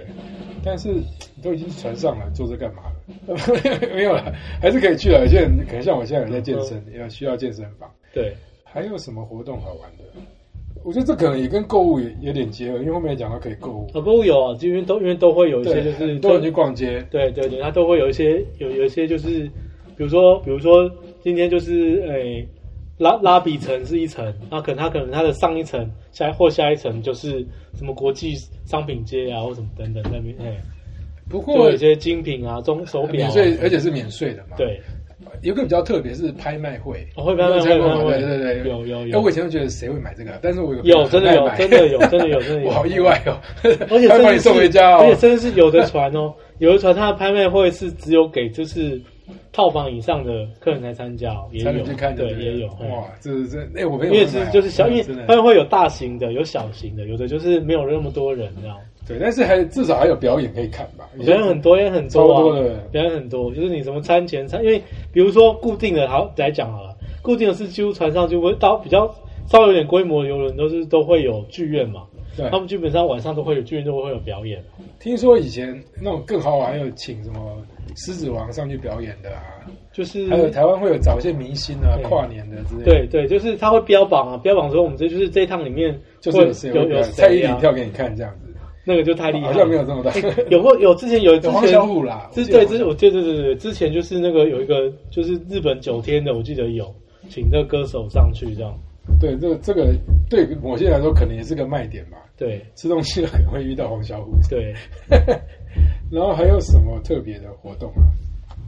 Speaker 1: 但是你都已经是船上了，坐这干嘛了？ 没有了，还是可以去啊了。有些人可能像我现在有在健身，也需要健身房。
Speaker 2: 对
Speaker 1: 还有什么活动好玩的？我觉得这可能也跟购物也有点结合，因为后面也讲到可以购物，
Speaker 2: 啊，不过有啊，因为都因为都会有一些
Speaker 1: 对，
Speaker 2: 就是
Speaker 1: 很多人去逛街，
Speaker 2: 对对对，他都会有一些有有一些就是，比如说比如说今天就是诶、拉拉比层是一层，那可能他可能他的上一层下或下一层就是什么国际商品街啊或什么等等那边，哎、
Speaker 1: 不
Speaker 2: 就
Speaker 1: 过
Speaker 2: 有一些精品啊、钟手表、
Speaker 1: 免
Speaker 2: 啊，
Speaker 1: 税，而且是免税的嘛。，
Speaker 2: 对，
Speaker 1: 有一个比较特别是拍卖会，
Speaker 2: 哦会拍卖会
Speaker 1: 有没有参观过
Speaker 2: 会拍卖
Speaker 1: 对
Speaker 2: 会
Speaker 1: 对对，
Speaker 2: 有有
Speaker 1: 哎
Speaker 2: 有
Speaker 1: 我以前都觉得谁会买这个，但是我有
Speaker 2: 有真的有
Speaker 1: 买
Speaker 2: 真的有 真的有真的有，
Speaker 1: 我好意外哦，
Speaker 2: 而且
Speaker 1: 他会把
Speaker 2: 甚至
Speaker 1: 你
Speaker 2: 是
Speaker 1: 送回家
Speaker 2: 而
Speaker 1: 哦
Speaker 2: 且，甚至是有的船 哦，有的船它的拍卖会是只有给就是套房以上的客人才参加、哦，也
Speaker 1: 才
Speaker 2: 有
Speaker 1: 能去看
Speaker 2: 对
Speaker 1: 不
Speaker 2: 也有。嗯
Speaker 1: 哇，这是真哎，我朋
Speaker 2: 因
Speaker 1: 友会
Speaker 2: 为
Speaker 1: 买
Speaker 2: 是
Speaker 1: 啊
Speaker 2: 就是小，因为
Speaker 1: 真
Speaker 2: 拍卖
Speaker 1: 的
Speaker 2: 会有大型的，有小型的，有的就是没有那么多人这样。
Speaker 1: 对，但是还至少还有表演可以看吧？
Speaker 2: 表演很多也很
Speaker 1: 超
Speaker 2: 多
Speaker 1: 多
Speaker 2: 啊
Speaker 1: 的，
Speaker 2: 表演很多，就是你什么餐前餐，因为比如说固定的，好来讲好了，固定的是几乎船上就会到比较稍微有点规模的游轮都是都会有剧院嘛，
Speaker 1: 对
Speaker 2: 他，们基本上晚上都会有剧院都会有表演，
Speaker 1: 听说以前那种更好玩，还有请什么狮子王上去表演的啊，
Speaker 2: 就是
Speaker 1: 还有台湾会有找一些明星啊
Speaker 2: 嗯对，
Speaker 1: 跨年的之类的。
Speaker 2: 对对，就是他会标榜啊，标榜说我们这就是这一趟里面
Speaker 1: 就是
Speaker 2: 会
Speaker 1: 有谁
Speaker 2: 有有
Speaker 1: 蔡依
Speaker 2: 谁
Speaker 1: 林
Speaker 2: 啊，
Speaker 1: 跳给你看这样子，
Speaker 2: 那个就太厉害哎
Speaker 1: 好
Speaker 2: 了，
Speaker 1: 像没有这么大。
Speaker 2: 有过有之前有之
Speaker 1: 有黄
Speaker 2: 前
Speaker 1: 小虎啦，我
Speaker 2: 之
Speaker 1: 记得
Speaker 2: 对之我记得对对对，之前就是那个有一个就是日本九天的，我记得有请这个歌手上去这样，
Speaker 1: 对这个这个对某些人来说可能也是个卖点吧。
Speaker 2: 对
Speaker 1: 吃东西很会遇到黄小虎，
Speaker 2: 对，
Speaker 1: 然后还有什么特别的活动啊？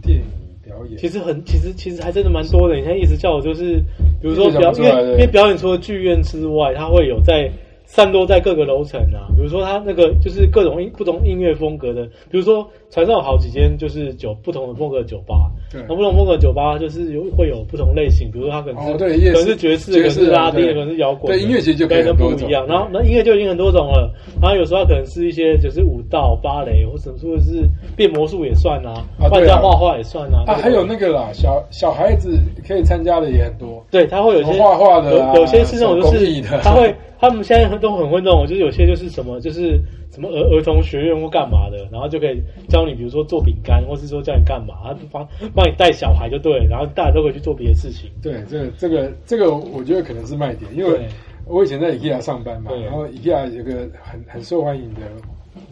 Speaker 1: 电影表演，
Speaker 2: 其实很其实其实还真的蛮多的。你现在一直叫我就是，比如说
Speaker 1: 一直
Speaker 2: 表
Speaker 1: 想不出
Speaker 2: 因
Speaker 1: 来
Speaker 2: 为
Speaker 1: 对
Speaker 2: 因为表演除了剧院之外，它会有在散落在各个楼层啊，比如说它那个就是各种音不同音乐风格的，比如说船上有好几间就是酒不同的风格的酒吧，
Speaker 1: 对
Speaker 2: 那不同风格的酒吧就是有会有不同类型，比如说它可能是、
Speaker 1: 哦对夜市
Speaker 2: 可能是爵士，可
Speaker 1: 爵
Speaker 2: 能
Speaker 1: 士啊
Speaker 2: 是拉丁，
Speaker 1: 对
Speaker 2: 可能是摇滚的，
Speaker 1: 对音乐其实就可以
Speaker 2: 对都
Speaker 1: 很多
Speaker 2: 不一
Speaker 1: 种
Speaker 2: 样。然后
Speaker 1: 对
Speaker 2: 那音乐就已经很多种了，然后有时候它可能是一些就是舞蹈、芭蕾，或者或者是变魔术也算啊，
Speaker 1: 啊
Speaker 2: 换
Speaker 1: 对啊
Speaker 2: 家画画也算啊，
Speaker 1: 啊，
Speaker 2: 对
Speaker 1: 还有那个啦，小小孩子可以参加的也很多，
Speaker 2: 对，他会有些
Speaker 1: 画画的啊
Speaker 2: 有有些是那种就
Speaker 1: 手工
Speaker 2: 是
Speaker 1: 艺的
Speaker 2: 他会，他们现在都很会弄，就是有些就是什么就是什么儿儿童学院或干嘛的，然后就可以教你，比如说做饼干，或是说教你干嘛，他帮帮你带小孩就对了，然后大家都可以去做别的事情。
Speaker 1: 对，这个这个这个，我觉得可能是卖点，因为
Speaker 2: 对
Speaker 1: 我以前在 IKEA 上班嘛，
Speaker 2: 对
Speaker 1: 然后 IKEA 有个很很受欢迎的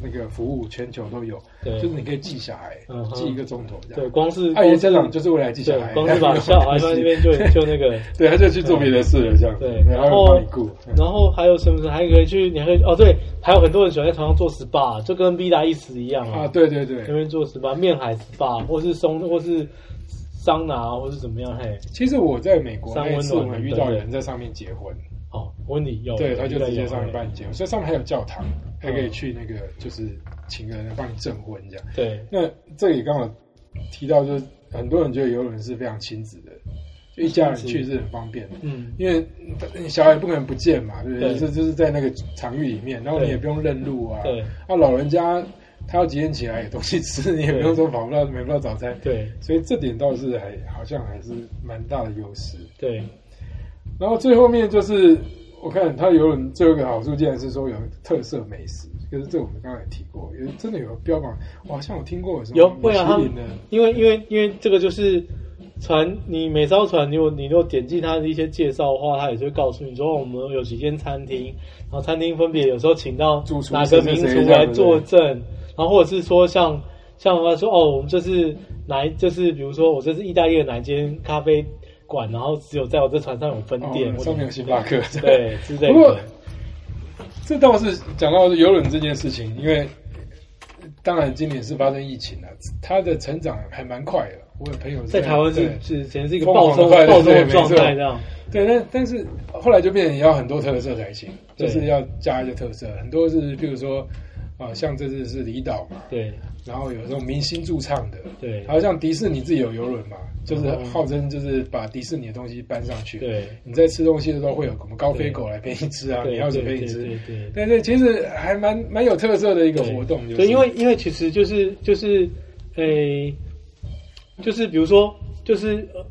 Speaker 1: 那个服务，全球都有，
Speaker 2: 对
Speaker 1: 就是你可以记小孩
Speaker 2: 嗯，哼
Speaker 1: 记一个钟头这
Speaker 2: 对，
Speaker 1: 样。
Speaker 2: 光是
Speaker 1: 啊，有
Speaker 2: 光
Speaker 1: 家
Speaker 2: 是
Speaker 1: 长就是为了来记小
Speaker 2: 对
Speaker 1: 孩，，
Speaker 2: 光是把小孩放在那 边就就那个。
Speaker 1: 对，他就去做别的事了这样子，
Speaker 2: 对，
Speaker 1: 然
Speaker 2: 然
Speaker 1: 后
Speaker 2: 后
Speaker 1: 帮你顾，嗯
Speaker 2: 然后还有什么？还可以去，你还可以哦，对，还有很多人喜欢在床上做 SPA，就跟 V 达意思一样
Speaker 1: 啊，对对对
Speaker 2: 那，边做 SPA 面海 SPA，或是松，或是桑拿，或是怎么样？嘿，
Speaker 1: 其实我在美国
Speaker 2: 三
Speaker 1: 那一
Speaker 2: 温
Speaker 1: 次，
Speaker 2: 暖
Speaker 1: 我们
Speaker 2: 的
Speaker 1: 遇
Speaker 2: 对
Speaker 1: 到
Speaker 2: 对
Speaker 1: 人在上面结婚，
Speaker 2: 哦，婚礼有，
Speaker 1: 对，他就直接上面
Speaker 2: 面
Speaker 1: 帮你结婚，所以上面还有教堂，还
Speaker 2: 嗯
Speaker 1: 可以去那个就是请个人帮你证婚这样。
Speaker 2: 对
Speaker 1: 那这里刚好提到，就是很多人觉得游轮是非常亲子的，就一家人去是很方便的，
Speaker 2: 嗯，
Speaker 1: 因为小孩不可能不见嘛，对不对？
Speaker 2: 对
Speaker 1: 这就是在那个场域里面，然后你也不用认路啊。
Speaker 2: 对
Speaker 1: 那老人家他要几点起来有东西 吃，你也不用说跑不到买不到早餐，
Speaker 2: 对
Speaker 1: 所以这点倒是还好像还是蛮大的优势。
Speaker 2: 对
Speaker 1: 然后最后面就是，我看它游轮最后一个好处竟然是说有特色美食，可是这我们刚才也提过，有真的有标榜，我好像有听过嗯有什
Speaker 2: 有
Speaker 1: 么米
Speaker 2: 会啊，他
Speaker 1: 其
Speaker 2: 们
Speaker 1: 林的，
Speaker 2: 因为因为因为这个就是船，你每艘船你有你都点进它的一些介绍的话，它也就会告诉你说哦我们有几间餐厅，然后餐厅分别有时候请到
Speaker 1: 主厨
Speaker 2: 哪
Speaker 1: 谁
Speaker 2: 个名
Speaker 1: 谁谁
Speaker 2: 厨
Speaker 1: 这样
Speaker 2: 来
Speaker 1: 对不对
Speaker 2: 坐证，然后或者是说像像他说哦，我们这是哪一就是比如说我这是意大利的哪一间咖啡馆，然后只有在我这船上有分店，
Speaker 1: 哦
Speaker 2: 或者
Speaker 1: 上面有星巴克，
Speaker 2: 对之类
Speaker 1: 不过
Speaker 2: 的，
Speaker 1: 这倒是讲到游轮这件事情，因为当然今年是发生疫情了，它的成长还蛮快的。我有朋友
Speaker 2: 在台湾是
Speaker 1: 对
Speaker 2: 之前是一个
Speaker 1: 疯
Speaker 2: 暴
Speaker 1: 狂地
Speaker 2: 冲
Speaker 1: 快乐
Speaker 2: 暴冲
Speaker 1: 对
Speaker 2: 的
Speaker 1: 没
Speaker 2: 状
Speaker 1: 错
Speaker 2: 态这样，
Speaker 1: 对，但但是后来就变成要很多特色才行，就
Speaker 2: 对
Speaker 1: 是要加一些特色，很多是譬如说啊、像这次是离岛嘛，
Speaker 2: 对
Speaker 1: 然后有这种明星驻唱的，
Speaker 2: 对
Speaker 1: 还有像迪士尼自己有游轮嘛，就是
Speaker 2: 嗯
Speaker 1: 号称就是把迪士尼的东西搬上去。，
Speaker 2: 对。
Speaker 1: 你在吃东西的时候会有什么高飞狗来陪你吃啊，
Speaker 2: 对
Speaker 1: 你要是
Speaker 2: 对
Speaker 1: 陪你
Speaker 2: 对
Speaker 1: 吃，
Speaker 2: 对对
Speaker 1: 对对，其实还蛮蛮有特色的一个活动，就是
Speaker 2: 对，因为因为其实就是就是，诶、就是比如说就是，呃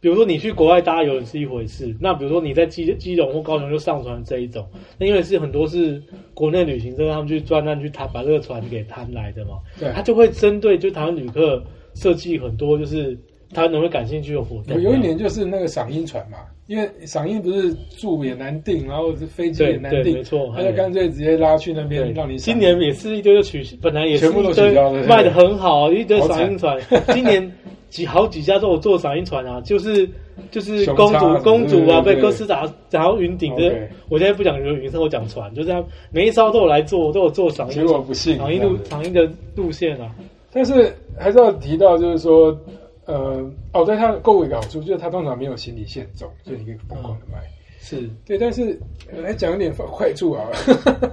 Speaker 2: 比如说你去国外搭游轮是一回事，那比如说你在基基隆或高雄就上船这一种，那因为是很多是国内旅行社他们去专案去谈把这个船给谈来的嘛，
Speaker 1: 对
Speaker 2: 他就会针对就台湾旅客设计很多就是台湾人会感兴趣的活
Speaker 1: 有
Speaker 2: 动。
Speaker 1: 有一年就是那个赏樱船嘛，因为赏樱不是住也难订，然后飞机也难
Speaker 2: 对对
Speaker 1: 订，
Speaker 2: 没错哎
Speaker 1: 他就干脆直接拉去那边
Speaker 2: 对，
Speaker 1: 让你赏
Speaker 2: 今年也是一堆就取，本来也是
Speaker 1: 全部都
Speaker 2: 一堆
Speaker 1: 取消了
Speaker 2: 卖的很好，一堆
Speaker 1: 好惨
Speaker 2: 赏樱船。 今年几好几家都有做赏樱船啊，就是就是
Speaker 1: 熊
Speaker 2: 公
Speaker 1: 叉
Speaker 2: 主
Speaker 1: 子
Speaker 2: 公主啊，
Speaker 1: 对对
Speaker 2: 被
Speaker 1: 对
Speaker 2: 哥斯达然后云顶的
Speaker 1: OK。
Speaker 2: 我现在不讲云顶，我讲船，就这样，每一艘都有来做，都有做赏
Speaker 1: 结
Speaker 2: 樱
Speaker 1: 果不幸
Speaker 2: 赏樱
Speaker 1: 这样
Speaker 2: 路
Speaker 1: 子
Speaker 2: 赏樱的路线啊。
Speaker 1: 但是还是要提到，就是说，呃，哦，对，它购物有一个好处就是它通常没有行李限重，所以你可以
Speaker 2: 嗯
Speaker 1: 疯狂的买。
Speaker 2: 是
Speaker 1: 对，但是呃来讲一点坏处啊。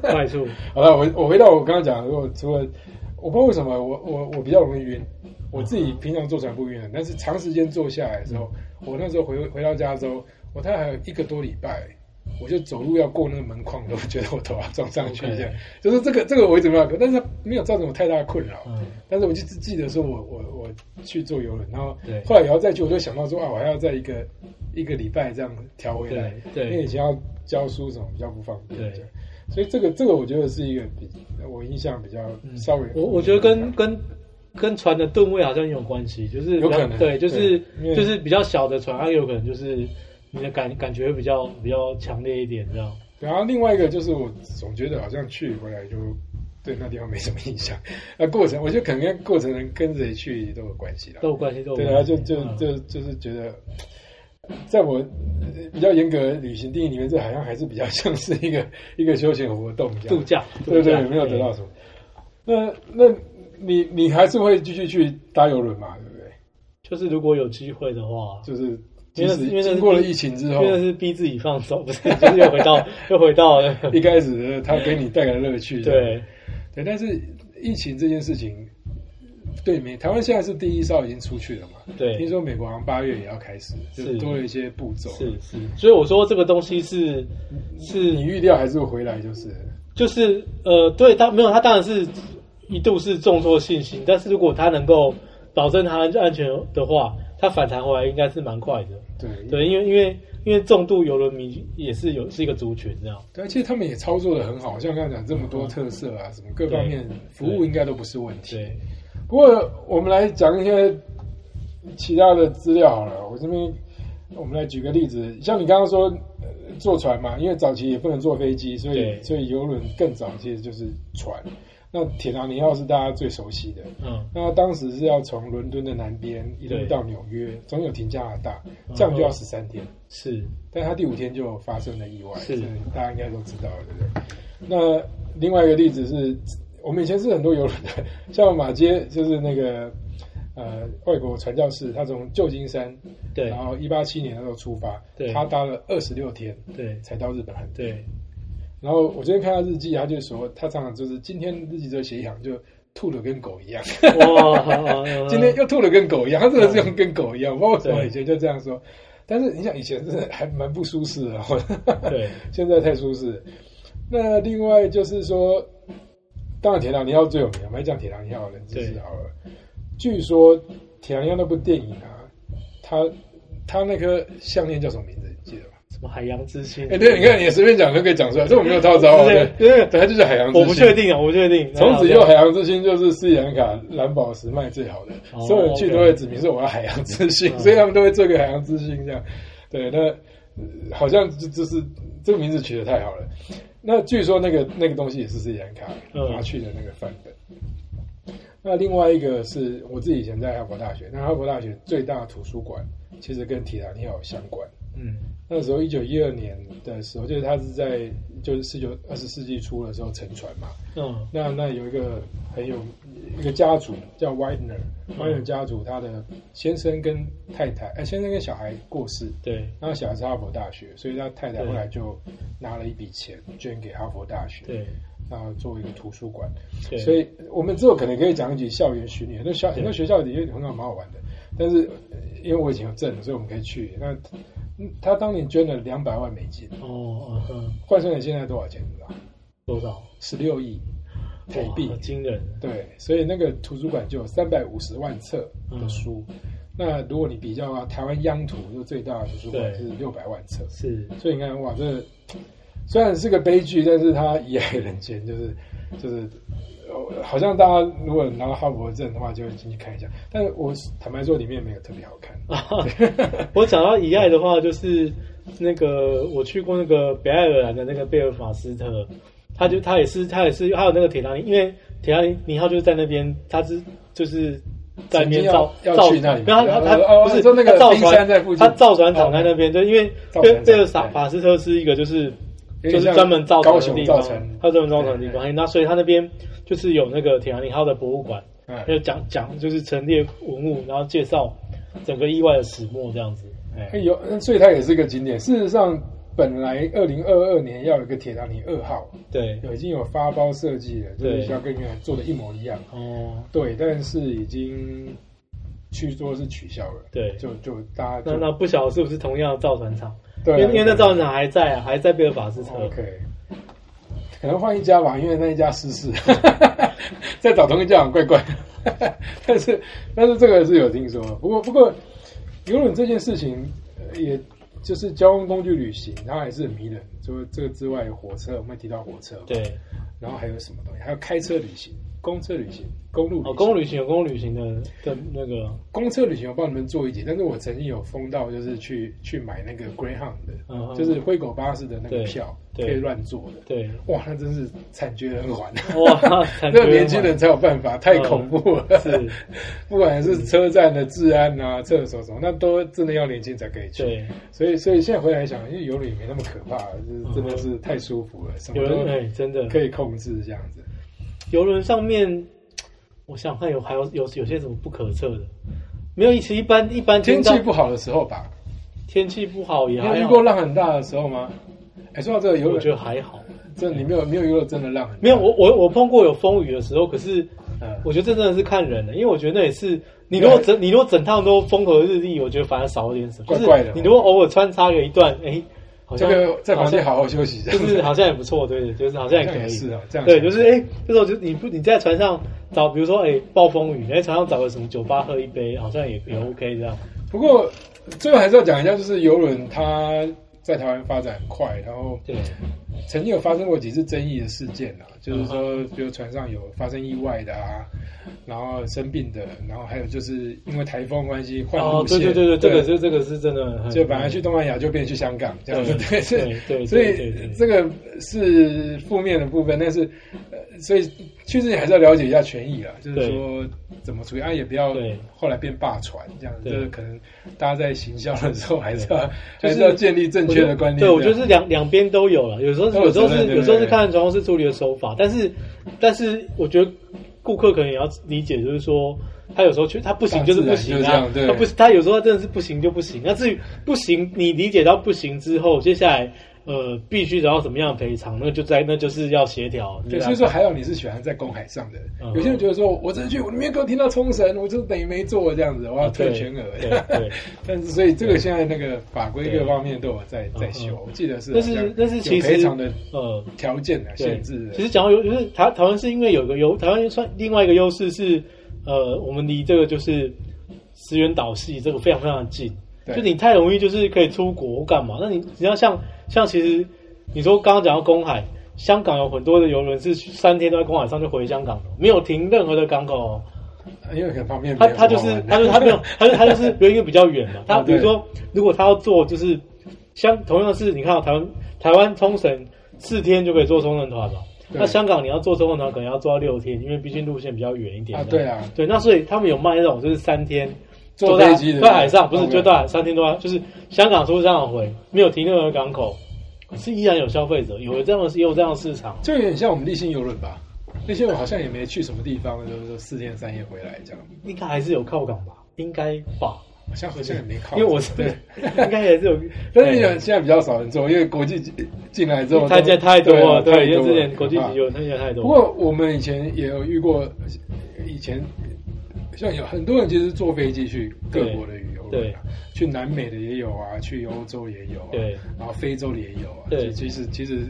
Speaker 2: 快 速，
Speaker 1: 好了，我我回到我刚刚讲的，我除了我不知道为什么我我我比较容易晕，我自己平常坐船不晕的，但是长时间坐下来的时候，我那时候回回到加州，我大概还有一个多礼拜我就走路要过那个门框的，我觉得我头要撞上去
Speaker 2: OK
Speaker 1: 这样。就是这个这个我一直没有搞，但是它没有造成我太大的困扰。
Speaker 2: 嗯，
Speaker 1: 但是我就只记得说我我我去坐游轮，然后
Speaker 2: 对
Speaker 1: 后来也要再去，我就想到说啊，我还要在一个一个礼拜这样调回来，
Speaker 2: 对
Speaker 1: 因为以
Speaker 2: 对
Speaker 1: 前要教书什么比较不方便，
Speaker 2: 对
Speaker 1: 这样所以这个这个我觉得是一个比我印象比较稍微，
Speaker 2: 嗯我我觉得跟跟跟船的吨位好像也有关系，就是
Speaker 1: 有
Speaker 2: 比较
Speaker 1: 可能
Speaker 2: 对，就是
Speaker 1: 对因为
Speaker 2: 就是比较小的船，它有可能就是你的感感觉会比较比较强烈一点，这样。
Speaker 1: 然后另外一个就是我总觉得好像去回来就对那地方没什么印象，那过程我觉得可能跟过程跟谁去都有关系啦
Speaker 2: 都。有关系，都有
Speaker 1: 对
Speaker 2: 关系
Speaker 1: 啊，就就
Speaker 2: 嗯
Speaker 1: 就就是觉得，在我呃比较严格的旅行定义里面，这好像还是比较 像是一个一个休闲活动这样
Speaker 2: 度，假，
Speaker 1: 对
Speaker 2: 度假
Speaker 1: 对，没有得到什么。那那你你还是会继续去搭游轮嘛，对不对？
Speaker 2: 就是如果有机会的话，
Speaker 1: 就是
Speaker 2: 因
Speaker 1: 即
Speaker 2: 为
Speaker 1: 使
Speaker 2: 因为那是
Speaker 1: 经过了
Speaker 2: 第
Speaker 1: 疫情之
Speaker 2: 因
Speaker 1: 后
Speaker 2: 为，那是逼自己放手，不是，就是又回到又回到了
Speaker 1: 一开始它给你带来乐趣，
Speaker 2: 对
Speaker 1: 对，但是疫情这件事情，对美台湾现在是第一艘已经出去了嘛？听
Speaker 2: 对
Speaker 1: 说美国好像八月也要开始，就是多了一些步骤。
Speaker 2: 是是，所以我说这个东西是
Speaker 1: 嗯你
Speaker 2: 是
Speaker 1: 预料还是回来就是
Speaker 2: 就是呃，对他没有他当然是一度是重挫信心，但是如果他能够保证他安全的话，他反弹回来应该是蛮快的，
Speaker 1: 对
Speaker 2: 对，因为因为因为重度游轮迷也是有是一个族群这样，
Speaker 1: 对，而且他们也操作的很好，像刚才讲这么多特色啊，什么各方面服务应该都不是问题。
Speaker 2: 嗯对，
Speaker 1: 不过我们来讲一些其他的资料好了，我这边我们来举个例子，像你刚刚说、呃坐船嘛，因为早期也不能坐飞机，所以
Speaker 2: 对
Speaker 1: 所以游轮更早其实就是船。那铁达尼号是大家最熟悉的，
Speaker 2: 嗯，
Speaker 1: 那当时是要从伦敦的南边一路
Speaker 2: 对嗯
Speaker 1: 到纽约，总有停加拿大，这样就要十三天。
Speaker 2: 是
Speaker 1: 但他第五天就发生了意外，
Speaker 2: 是
Speaker 1: 这大家应该都知道了，对不对？那另外一个例子是，我们以前是很多游轮的， 像马街就是那个呃外国传教士，他从旧金山，
Speaker 2: 对
Speaker 1: 然后一八七年的时候出发，
Speaker 2: 对
Speaker 1: 他搭了二十六天
Speaker 2: 对
Speaker 1: 才到日本岸。
Speaker 2: 对
Speaker 1: 然后我昨天看他日记，他就说他常常就是今天日记就写一行就。吐的跟狗一样，
Speaker 2: 哇好好好
Speaker 1: 今天又吐的跟狗一样，他真的是用跟狗一样，我不知道为什么以前就这样说。但是你想，以前真的还蛮不舒适的哦，
Speaker 2: 对
Speaker 1: 现在太舒适。那另外就是说，当然铁达尼号最有名，我啊们来讲铁达尼号冷知识
Speaker 2: 对
Speaker 1: 好了。据说铁达尼号那部电影啊，它它那颗项链叫什么名字？你记得吗？
Speaker 2: 什么海洋之心？
Speaker 1: 哎、对，你看你随便讲都可以讲出来，这我没有套招啊。
Speaker 2: 对
Speaker 1: 对，
Speaker 2: 对
Speaker 1: 对，它就叫海洋之心。
Speaker 2: 我不确定啊，我不确定。
Speaker 1: 从此以后，海洋之心就是斯里兰卡蓝宝石卖最好的，
Speaker 2: 哦
Speaker 1: 所有人去都会指明说我要海洋之心，
Speaker 2: 嗯
Speaker 1: 所以他们都会做个海洋之心这样。对，那呃好像就就是这个名字取得太好了。那据说那个那个东西也是斯里兰卡
Speaker 2: 嗯
Speaker 1: 拿去的那个范本。那另外一个是我自己以前在哈佛大学，那哈佛大学最大的图书馆其实跟铁达尼号有相关。
Speaker 2: 嗯，
Speaker 1: 那时候一九一二年的时候，就是它是在就是十九二十世纪初的时候沉船嘛，
Speaker 2: 嗯
Speaker 1: 那那有一个很有一个家族叫
Speaker 2: 嗯
Speaker 1: Widener，Widener 家族，他的先生跟太太，哎，先生跟小孩过世，
Speaker 2: 对
Speaker 1: 然后小孩是哈佛大学，所以他太太
Speaker 2: 对
Speaker 1: 后来就拿了一笔钱捐给哈佛大学，
Speaker 2: 对
Speaker 1: 然后作为一个图书馆。
Speaker 2: 对，
Speaker 1: 所以我们之后可能可以讲一集校园巡礼，很多校
Speaker 2: 对
Speaker 1: 很多学校里面很好蛮好玩的。但是呃因为我以前有证了，所以我们可以去。那嗯他当年捐了两百万美金，
Speaker 2: 哦嗯
Speaker 1: 换算成现在多少钱？你知道吗？
Speaker 2: 多少
Speaker 1: 十六亿台币
Speaker 2: 哇。好惊人，
Speaker 1: 对，所以那个图书馆就有三百五十万册的
Speaker 2: 嗯
Speaker 1: 书。那如果你比较啊，台湾央图就最大的图书馆
Speaker 2: 对
Speaker 1: 是六百万册，
Speaker 2: 是
Speaker 1: 所以你看哇，这虽然是个悲剧，但是它遗爱人间，就是就是。呃好像大家如果拿到哈佛证的话，就会进去看一下。但是我坦白说，里面没有特别好看。
Speaker 2: 啊。 我讲到以爱的话，就是那个我去过那个北爱尔兰的那个贝尔法斯特，他就他也是他也是还有那个铁达尼，因为铁达尼号就是在那边，他是就是。在那
Speaker 1: 曾
Speaker 2: 边
Speaker 1: 经
Speaker 2: 造
Speaker 1: 要
Speaker 2: 造
Speaker 1: 要去那里
Speaker 2: 然后他他
Speaker 1: 哦
Speaker 2: 他不是
Speaker 1: 说那个
Speaker 2: 他造
Speaker 1: 冰山
Speaker 2: 船
Speaker 1: 在附近哦
Speaker 2: 他造船厂在那边，对，因为
Speaker 1: 造船
Speaker 2: 贝
Speaker 1: 厂
Speaker 2: 贝尔法
Speaker 1: 对
Speaker 2: 法斯特是一个就是
Speaker 1: 有点
Speaker 2: 就是
Speaker 1: 像
Speaker 2: 专门造船
Speaker 1: 高
Speaker 2: 的
Speaker 1: 雄
Speaker 2: 地
Speaker 1: 造
Speaker 2: 方
Speaker 1: 船，，
Speaker 2: 他专门造船的
Speaker 1: 对
Speaker 2: 地方。那所以他那边就是有那个铁达尼号的博物馆，
Speaker 1: 嗯
Speaker 2: 就讲讲就是陈列文物，然后介绍整个意外的始末这样子。哎、
Speaker 1: 有，所以它也是个景点。事实上，本来二零二二年要有一个铁达尼二号，
Speaker 2: 对，
Speaker 1: 有已经有发包设计了，就是
Speaker 2: 对
Speaker 1: 要跟原来做的一模一样。
Speaker 2: 哦，
Speaker 1: 对，但是已经去做是取消了，
Speaker 2: 对
Speaker 1: 就就大家
Speaker 2: 那
Speaker 1: 就哦
Speaker 2: 那不晓得是不是同样的造船厂？
Speaker 1: 对
Speaker 2: 因
Speaker 1: 啊
Speaker 2: 为因为那造船厂还在啊，还在贝尔法斯特。
Speaker 1: OK，可能换一家吧，因为那一家失事， 再找同一家很怪怪。但是但是这个是有听说，不过不过游轮这件事情，呃也就是交通工具旅行，它还是很迷人。除了这个之外，火车我们也提到火车，，
Speaker 2: 对，
Speaker 1: 然后还有什么东西？还有开车旅行、公车旅行、公路旅行、
Speaker 2: 哦，公路旅行有公路旅行的的那个，
Speaker 1: 公车旅行我帮你们做一集，但是我曾经有疯到就是去去买那个 Greyhound 的，
Speaker 2: 嗯哼
Speaker 1: 就是灰狗巴士的那个
Speaker 2: 对
Speaker 1: 票，可以
Speaker 2: 对
Speaker 1: 乱坐的。
Speaker 2: 对，
Speaker 1: 哇，那真是惨绝人寰！
Speaker 2: 哇
Speaker 1: 那个年轻人才有办法，太恐怖了。
Speaker 2: 嗯是，
Speaker 1: 不管是车站的治安啊、厕所什么，那都真的要年轻才可以去。
Speaker 2: 对，
Speaker 1: 所以，所以现在回来想，因为游轮也没那么可怕，就是真的是太舒服了，什么
Speaker 2: 有人哎、
Speaker 1: 都
Speaker 2: 真的，
Speaker 1: 可以控制这样子。
Speaker 2: 游轮上面，我想看有还有有有些什么不可测的，没有，其实一般一般
Speaker 1: 天
Speaker 2: 听到
Speaker 1: 气不好的时候吧，
Speaker 2: 天气不好
Speaker 1: 你
Speaker 2: 也
Speaker 1: 有
Speaker 2: 还
Speaker 1: 遇
Speaker 2: 好
Speaker 1: 过，浪很大的时候吗？哎，说到这个游
Speaker 2: 我觉
Speaker 1: 轮，
Speaker 2: 得还好，
Speaker 1: 真的你没有没有游轮真的浪很大
Speaker 2: 没有，我我我碰过有风雨的时候，可是
Speaker 1: 嗯
Speaker 2: 我觉得这真的是看人的，因为我觉得那也是你如果整你如果整趟都风和日丽，我觉得反而少了点什么。
Speaker 1: 怪怪的
Speaker 2: 就是你如果偶尔穿插个一段，哎、好
Speaker 1: 这
Speaker 2: 像
Speaker 1: 个在房间
Speaker 2: 好
Speaker 1: 好好休息，这
Speaker 2: 像，
Speaker 1: 样
Speaker 2: 就
Speaker 1: 子
Speaker 2: 是好像也不错，对，就是好像也
Speaker 1: 好
Speaker 2: 可
Speaker 1: 像也
Speaker 2: 以。
Speaker 1: 是啊这样
Speaker 2: 对，
Speaker 1: 想
Speaker 2: 就是哎、这时候就你不你在船上找，比如说哎、暴风雨，你在船上找个什么酒吧喝一杯，好像也也 OK 这样。
Speaker 1: 不过最后还是要讲一下，就是游轮它在台湾发展很快，然后
Speaker 2: 对，
Speaker 1: 曾经有发生过几次争议的事件啊，就是
Speaker 2: 嗯
Speaker 1: 说，比如船上有发生意外的啊，然后生病的，然后还有就是因为台风关系换
Speaker 2: 哦
Speaker 1: 路，线，
Speaker 2: 对对对对，这个是这个是真的很，
Speaker 1: 就本来去东南亚就变去香港这样子，
Speaker 2: 对
Speaker 1: 是
Speaker 2: 嗯对对对
Speaker 1: 所
Speaker 2: 对
Speaker 1: 以
Speaker 2: 对
Speaker 1: 这个是负面的部分，但是呃，所以去之前还是要了解一下权益啊，就是说怎么处理啊，也不要
Speaker 2: 对
Speaker 1: 后来变霸船这样子，
Speaker 2: 对
Speaker 1: 就是可能大家在行销的时候还是要
Speaker 2: 就
Speaker 1: 还
Speaker 2: 是
Speaker 1: 是要建立正确的观念，
Speaker 2: 对我
Speaker 1: 这样
Speaker 2: 就是两两边都有了，有时候是
Speaker 1: 都有
Speaker 2: 有时候
Speaker 1: 责任
Speaker 2: 是
Speaker 1: 对
Speaker 2: 有时候
Speaker 1: 对
Speaker 2: 是
Speaker 1: 对
Speaker 2: 看船公司处理的手法，但是但是我觉得顾客可能也要理解，就是说他有时候去他不行就是不
Speaker 1: 大
Speaker 2: 行
Speaker 1: 自然就是这
Speaker 2: 啊
Speaker 1: 样，对
Speaker 2: 他不他有时候真的是不行就不行。那至于不行，你理解到不行之后，接下来呃必须得到什么样的赔偿，那就在那就是要协调。啊
Speaker 1: 对，
Speaker 2: 吧
Speaker 1: 所以说还有你是喜欢在公海上的人，
Speaker 2: 嗯
Speaker 1: 有些人觉得说，我这次去我里面给我听到冲绳，我就等于没做这样子，我要退
Speaker 2: 啊对
Speaker 1: 全额。
Speaker 2: 对对
Speaker 1: 但是所以这个现在那个法规各
Speaker 2: 对
Speaker 1: 方面都有在在
Speaker 2: 嗯
Speaker 1: 修，我记得是
Speaker 2: 但
Speaker 1: 好像
Speaker 2: 是但是
Speaker 1: 有
Speaker 2: 其实
Speaker 1: 赔偿的
Speaker 2: 呃
Speaker 1: 条件啊
Speaker 2: 对
Speaker 1: 限制的，
Speaker 2: 其实讲到优，就是台台湾是因为有个优，台湾算另外一个优势是，呃，我们离这个就是石原岛系这个非常非常近，
Speaker 1: 对
Speaker 2: 就你太容易就是可以出国干嘛？那你你要像像其实你说刚刚讲到公海，香港有很多的游轮是三天都在公海上就回香港了，没有停任何的港口、哦。
Speaker 1: 啊因为很方便，
Speaker 2: 他他就是他就是他没 有，他就他就是因为比较远嘛。他
Speaker 1: 啊
Speaker 2: 比
Speaker 1: 对
Speaker 2: 如说，如果他要做就是像同样的是，你看到啊台湾台湾冲绳四天就可以做冲绳团嘛。
Speaker 1: 对
Speaker 2: 那香港你要做冲绳团，可能要做到六天，因为毕竟路线比较远一点。
Speaker 1: 啊对啊，
Speaker 2: 对，那所以他们有卖那种就是三天
Speaker 1: 坐
Speaker 2: 在
Speaker 1: 飞机的哦
Speaker 2: 在海上，不是
Speaker 1: OK
Speaker 2: 就到海三天都在，就是香港出香港回，没有停任何港口，可是依然有消费者，有这样的也有这样的市场。
Speaker 1: 就有点像我们立信游轮吧。立信游轮好像也没去什么地方，就是说四天三夜回来这样，
Speaker 2: 应该还是有靠港吧？应该吧，
Speaker 1: 好像好像也没靠，
Speaker 2: 因为我是
Speaker 1: 对。
Speaker 2: 应该也是有。
Speaker 1: 但是现在比较少人做，因为国际进来之后，
Speaker 2: 哎太见太多了，
Speaker 1: 对啊，太
Speaker 2: 对，因为
Speaker 1: 多
Speaker 2: 之
Speaker 1: 了
Speaker 2: 前国际
Speaker 1: 可怕
Speaker 2: 级有太见太多。
Speaker 1: 不过我们以前也有遇过，以前像有很多人其实坐飞机去各国的旅游啊
Speaker 2: 对
Speaker 1: 去南美的也有啊，去欧洲也有、啊，
Speaker 2: 对，
Speaker 1: 然后非洲的也有啊，
Speaker 2: 对
Speaker 1: 其实其实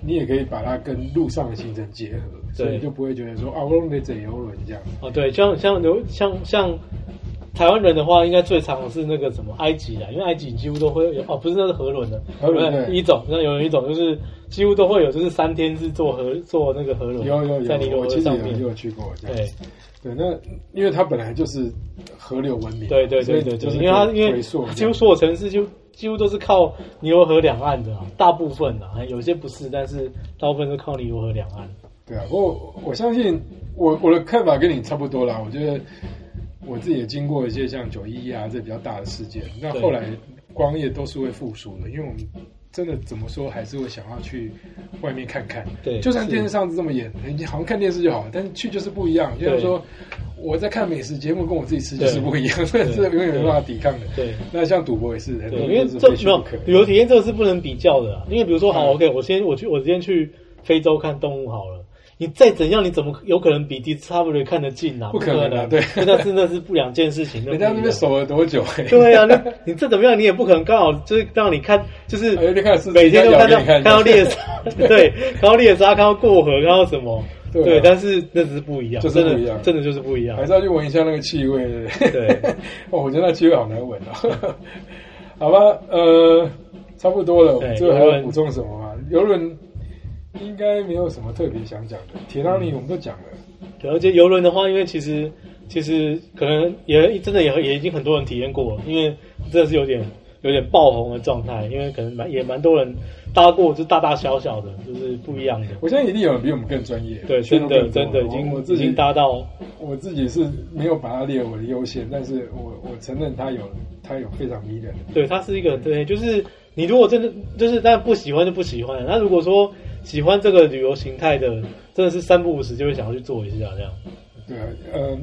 Speaker 1: 你也可以把它跟路上的行程结合，所以
Speaker 2: 对
Speaker 1: 你就不会觉得说啊，我弄得整游轮这样，
Speaker 2: 哦，对，像像流像像台湾人的话，应该最常的是那个什么埃及啊啦，因为埃及几乎都会有哦，不是那是河轮的，
Speaker 1: 河轮对
Speaker 2: 一种，那有一种就是几乎都会有，就是三天是坐河坐那个河轮，
Speaker 1: 有有
Speaker 2: 在尼
Speaker 1: 有，
Speaker 2: 罗
Speaker 1: 我
Speaker 2: 河
Speaker 1: 其实
Speaker 2: 上
Speaker 1: 有
Speaker 2: 面
Speaker 1: 也，有去过这样，
Speaker 2: 对
Speaker 1: 对，那因为它本来就是河流文明，
Speaker 2: 对对
Speaker 1: 所以
Speaker 2: 对对，
Speaker 1: 就
Speaker 2: 对
Speaker 1: 是
Speaker 2: 因为它因为
Speaker 1: 回溯这
Speaker 2: 几
Speaker 1: 样
Speaker 2: 乎所有城市就几乎都是靠尼罗河两岸的啊，大部分啊，有些不是，但是大部分都靠尼罗河两岸。
Speaker 1: 对啊，不过我相信我我的看法跟你差不多啦。我觉得我自己也经过一些像九一一啊这比较大的事件，那
Speaker 2: 对
Speaker 1: 后来光业都是会复苏的，因为我们真的怎么说还是会想要去外面看看。
Speaker 2: 对
Speaker 1: 就算
Speaker 2: 是
Speaker 1: 电视上是这么演，你好像看电视就好了，但是去就是不一样。就像
Speaker 2: 对
Speaker 1: 说我在看美食节目，跟我自己吃就是
Speaker 2: 对
Speaker 1: 不一样，这是永远没办法抵抗的。
Speaker 2: 对
Speaker 1: 那像赌博也是，很多
Speaker 2: 对，因为
Speaker 1: 就是
Speaker 2: 这
Speaker 1: 非
Speaker 2: 没
Speaker 1: 去不
Speaker 2: 有
Speaker 1: 可
Speaker 2: 旅游体验，这个是不能比较的、啊。因为比如说，好
Speaker 1: 嗯
Speaker 2: ，OK，我先我去我今天去非洲看动物好了，你再怎样，你怎么有可能比 Discovery 看得近啊？
Speaker 1: 不可
Speaker 2: 能
Speaker 1: 能啊对
Speaker 2: 那真的是不两件事情。
Speaker 1: 人家那
Speaker 2: 那
Speaker 1: 边
Speaker 2: 边
Speaker 1: 守了多久、欸？
Speaker 2: 对啊，那你这怎么样，你也不可能刚好就是让你看，就是
Speaker 1: 哎你看是
Speaker 2: 每天都看到
Speaker 1: 人家有给你看
Speaker 2: 到猎杀，对，看到猎杀，看到过河，看到什么，
Speaker 1: 对啊
Speaker 2: 对，但是那只是不一样，
Speaker 1: 就是
Speaker 2: 真
Speaker 1: 不一
Speaker 2: 的，
Speaker 1: 样
Speaker 2: 真的就是不一样
Speaker 1: 还。是要去闻一下那个气味。对不 对
Speaker 2: 对，
Speaker 1: 哦，我觉得那气味好难闻哦。 好吧，呃，差不多了，我
Speaker 2: 对
Speaker 1: 们最后还
Speaker 2: 游
Speaker 1: 要
Speaker 2: 轮
Speaker 1: 补充什么吗？游轮应该没有什么特别想讲的，铁达尼我们都讲了，
Speaker 2: 对，而且游轮的话，因为其实其实可能也真的也也已经很多人体验过了，因为真的是有点有点爆红的状态，因为可能蛮也蛮多人搭过，就大大小小的，就是不一样的。
Speaker 1: 我相信一定有人比我们更专业，
Speaker 2: 对，
Speaker 1: 圈
Speaker 2: 真
Speaker 1: 都
Speaker 2: 的
Speaker 1: 更多
Speaker 2: 真的已
Speaker 1: 我
Speaker 2: 经
Speaker 1: 我
Speaker 2: 已
Speaker 1: 自己
Speaker 2: 经搭到
Speaker 1: 我自己是没有把它列为我的优先，但是我我承认它有它有非常迷人的地
Speaker 2: 对，它是一个对，就是你如果真的就是，但不喜欢就不喜欢。那如果说喜欢这个旅游形态的，真的是三不五时就会想要去做一下这样。
Speaker 1: 方，对啊，嗯。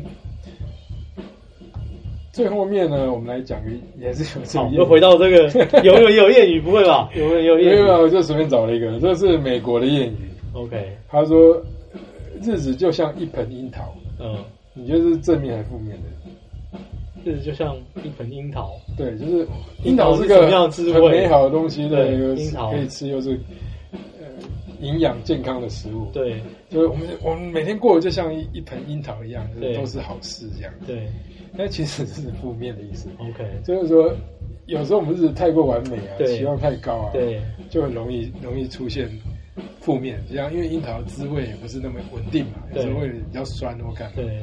Speaker 1: 最后面呢，我们来讲个也是有这个谚
Speaker 2: 好，我们
Speaker 1: 语，
Speaker 2: 又回到这个 有没有有谚语？不会吧？有没有有
Speaker 1: 没有没
Speaker 2: 谚语
Speaker 1: 有，我就随便找了一个，这是美国的谚语。
Speaker 2: ？OK，
Speaker 1: 他说，呃日子就像一盆樱桃，
Speaker 2: 嗯，
Speaker 1: 你觉得是正面还是负面的？
Speaker 2: 这就像一盆樱桃，
Speaker 1: 对，就是
Speaker 2: 樱
Speaker 1: 樱
Speaker 2: 桃
Speaker 1: 桃
Speaker 2: 是
Speaker 1: 是
Speaker 2: 什么
Speaker 1: 个
Speaker 2: 样的滋味
Speaker 1: 很美好的东西，对，
Speaker 2: 对
Speaker 1: 又
Speaker 2: 樱
Speaker 1: 是
Speaker 2: 桃
Speaker 1: 可以吃，又是呃营养健康的食物。，
Speaker 2: 对
Speaker 1: 就是我们我们每天过得就像一一盆樱桃一样，就
Speaker 2: 对
Speaker 1: 是都是好事这样。
Speaker 2: 对
Speaker 1: 但其实是负面的意思，
Speaker 2: ，OK，
Speaker 1: 就是说有时候我们日子太过完美啊，
Speaker 2: 对
Speaker 1: 期望太高啊，
Speaker 2: 对
Speaker 1: 就很容易容易出现负面，这样因为樱桃滋味也不是那么稳定嘛，有
Speaker 2: 对
Speaker 1: 时候会比较酸或干嘛。
Speaker 2: 对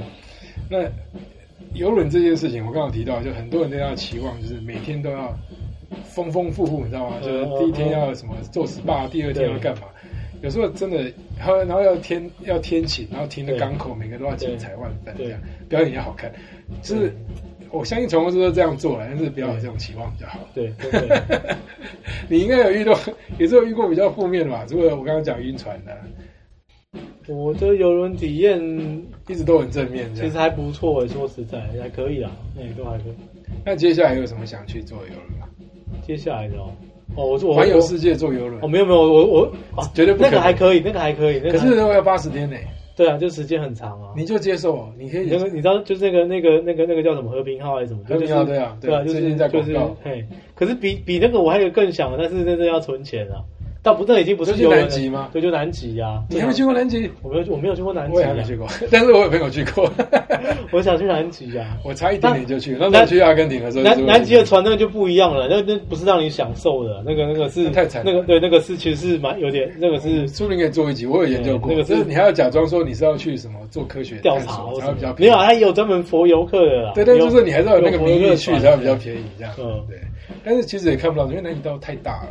Speaker 1: 那游轮这件事情，我刚刚提到，就很多人对它的期望就是每天都要丰丰富富，你知道吗？
Speaker 2: 嗯
Speaker 1: 就是第一天要什么做 SPA，第二天要干嘛？
Speaker 2: 嗯
Speaker 1: 有时候真的，还有然后要天要天晴，然后停的港口每个都要精彩万分，
Speaker 2: 对
Speaker 1: 这样表演也好看。就是我相信船公司都这样做了，但是不要有这种期望比较好。
Speaker 2: 对对对
Speaker 1: 你应该有遇到， 也是有遇过比较负面的吧？除了我刚刚讲晕船啊的，
Speaker 2: 我的游轮体验
Speaker 1: 一直都很正面这
Speaker 2: 其实
Speaker 1: 样。
Speaker 2: 还不错诶，说实在还可以啦，那也都还可以。
Speaker 1: 那接下来有什么想去做游轮吗？
Speaker 2: 接下来的哦，哦，我我
Speaker 1: 环游
Speaker 2: 我
Speaker 1: 世界做游轮
Speaker 2: 哦，？没有没有，我我啊，
Speaker 1: 绝对不可
Speaker 2: 那
Speaker 1: 能
Speaker 2: 个还可以，那个还可以，那
Speaker 1: 可
Speaker 2: 个还
Speaker 1: 是要八十天呢、
Speaker 2: 对啊，就时间很长啊。
Speaker 1: 你就接受，哦你可以
Speaker 2: 那个你知道，就是那个那个那个那个叫什么和平号还是什么？
Speaker 1: 和平号对啊
Speaker 2: 就是对啊，
Speaker 1: 对
Speaker 2: 就是
Speaker 1: 最近在
Speaker 2: 就
Speaker 1: 广
Speaker 2: 是
Speaker 1: 告
Speaker 2: 嘿，可是比比那个我还有更想的，但是那是要存钱啊。但不，那已经不是
Speaker 1: 就去
Speaker 2: 游轮
Speaker 1: 南极
Speaker 2: 了
Speaker 1: 吗
Speaker 2: 对，就南极啊。
Speaker 1: 你还没去过南极？
Speaker 2: 我没有，我没有去过南极
Speaker 1: 我也还
Speaker 2: 啊
Speaker 1: 没。去过， 但是我有朋友去过，
Speaker 2: 我想去南极啊。
Speaker 1: 我差一点点就去。那
Speaker 2: 南
Speaker 1: 时候去阿根廷的时候，
Speaker 2: 南南极的船那个就不一样了，那那不是让你享受的，啊那个那个是
Speaker 1: 那太惨了
Speaker 2: 那个对那个是其实是蛮有点那个是
Speaker 1: 苏宁可以做一集，我有研究过。
Speaker 2: 对那个是
Speaker 1: 就是你还要假装说你是要去什么做科学
Speaker 2: 调
Speaker 1: 探
Speaker 2: 查
Speaker 1: 索
Speaker 2: 或
Speaker 1: 才
Speaker 2: 什
Speaker 1: 会比较
Speaker 2: 么，
Speaker 1: 便
Speaker 2: 没
Speaker 1: 宜。
Speaker 2: 有，还有专门佛游客的啦。
Speaker 1: 对，但
Speaker 2: 有
Speaker 1: 就是你还是要有那个名义去
Speaker 2: 有佛游客
Speaker 1: 才会比较
Speaker 2: 团
Speaker 1: 便宜这样。
Speaker 2: 嗯
Speaker 1: 对。但是其实也看不到，因为南极岛太大了。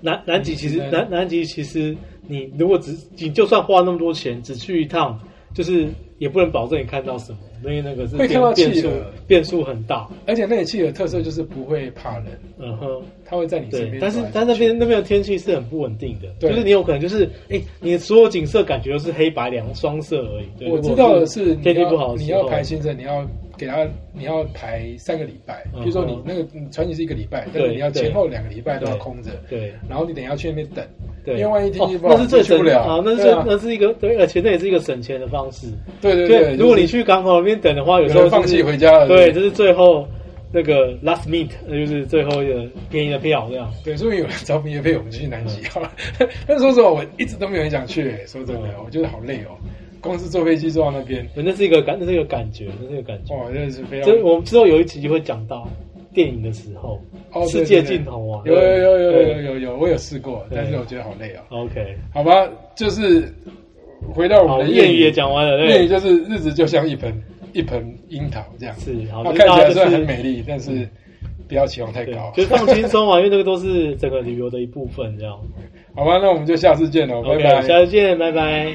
Speaker 2: 南南极其实
Speaker 1: 嗯
Speaker 2: 南南极其实你如果只你就算花那么多钱只去一趟，就是也不能保证你看到什么，因为那个是
Speaker 1: 会看到
Speaker 2: 变变
Speaker 1: 企
Speaker 2: 数
Speaker 1: 鹅
Speaker 2: 变数很大。
Speaker 1: 而且那里企鹅特色就是不会怕人，
Speaker 2: 嗯哼，
Speaker 1: 它会在你身
Speaker 2: 对
Speaker 1: 边，走
Speaker 2: 但
Speaker 1: 来走去。
Speaker 2: 是但那边那边的天气是很不稳定的，
Speaker 1: 对
Speaker 2: 就是你有可能就是哎、你的所有景色感觉都是黑白两双色而已。对
Speaker 1: 我
Speaker 2: 如果
Speaker 1: 知道的是，
Speaker 2: 天
Speaker 1: 你
Speaker 2: 气不好
Speaker 1: 要
Speaker 2: 的时
Speaker 1: 你
Speaker 2: 候
Speaker 1: 要排行程，你要给他你要排三个礼拜。
Speaker 2: 嗯
Speaker 1: 比如说你那个你船期是一个礼拜，但是
Speaker 2: 对
Speaker 1: 你要前后两个礼拜都要
Speaker 2: 对
Speaker 1: 空着，
Speaker 2: 对。
Speaker 1: 然后你等一下去那边等，
Speaker 2: 对，
Speaker 1: 因为万一天气
Speaker 2: 哦
Speaker 1: 不好
Speaker 2: 那是最
Speaker 1: 就去
Speaker 2: 省
Speaker 1: 不了
Speaker 2: 啊，那是最
Speaker 1: 对啊
Speaker 2: 那是一个对，而且那也是一个省钱的方式。
Speaker 1: 对对
Speaker 2: 对，
Speaker 1: 对。
Speaker 2: 如
Speaker 1: 就
Speaker 2: 果
Speaker 1: 是
Speaker 2: 你去港口那边等的话，有
Speaker 1: 有
Speaker 2: 时候
Speaker 1: 人
Speaker 2: 就是
Speaker 1: 放弃回家了，
Speaker 2: 对，这是最后那个 last meet，就是最后一个便宜的票这样。
Speaker 1: 对，所以有人找你也配我们去南极
Speaker 2: 嗯
Speaker 1: 好了。 但是说实话，我一直都没有很想去，说真的，
Speaker 2: 嗯
Speaker 1: 我觉得好累哦，光是坐飞机坐到那边，
Speaker 2: 那是一个感，那是一个感觉，那是一个感觉。
Speaker 1: 哇，真的是非常
Speaker 2: 这我们之后有一集会讲到电影的时候，
Speaker 1: 哦对
Speaker 2: 世界尽头啊，
Speaker 1: 有有有有有
Speaker 2: 对
Speaker 1: 有有有，我有试过，
Speaker 2: 对
Speaker 1: 但是我觉得好累哦。
Speaker 2: ，OK，
Speaker 1: 好吧，就是回到我
Speaker 2: 好，
Speaker 1: 们的
Speaker 2: 谚语
Speaker 1: 语
Speaker 2: 也讲完了，
Speaker 1: 谚语
Speaker 2: 对，
Speaker 1: 就是日子就像一盆一盆樱桃这样，
Speaker 2: 是好，
Speaker 1: 它
Speaker 2: 就是
Speaker 1: 看
Speaker 2: 大
Speaker 1: 起来
Speaker 2: 家就
Speaker 1: 虽然很
Speaker 2: 是
Speaker 1: 美丽，但是不要期望太
Speaker 2: 对
Speaker 1: 高，。啊
Speaker 2: 就是放轻松嘛，因为那个都是整个旅游的一部分，这样。
Speaker 1: 好吧，那我们就下次见喽，拜
Speaker 2: OK，
Speaker 1: 拜。
Speaker 2: 下次见，拜拜。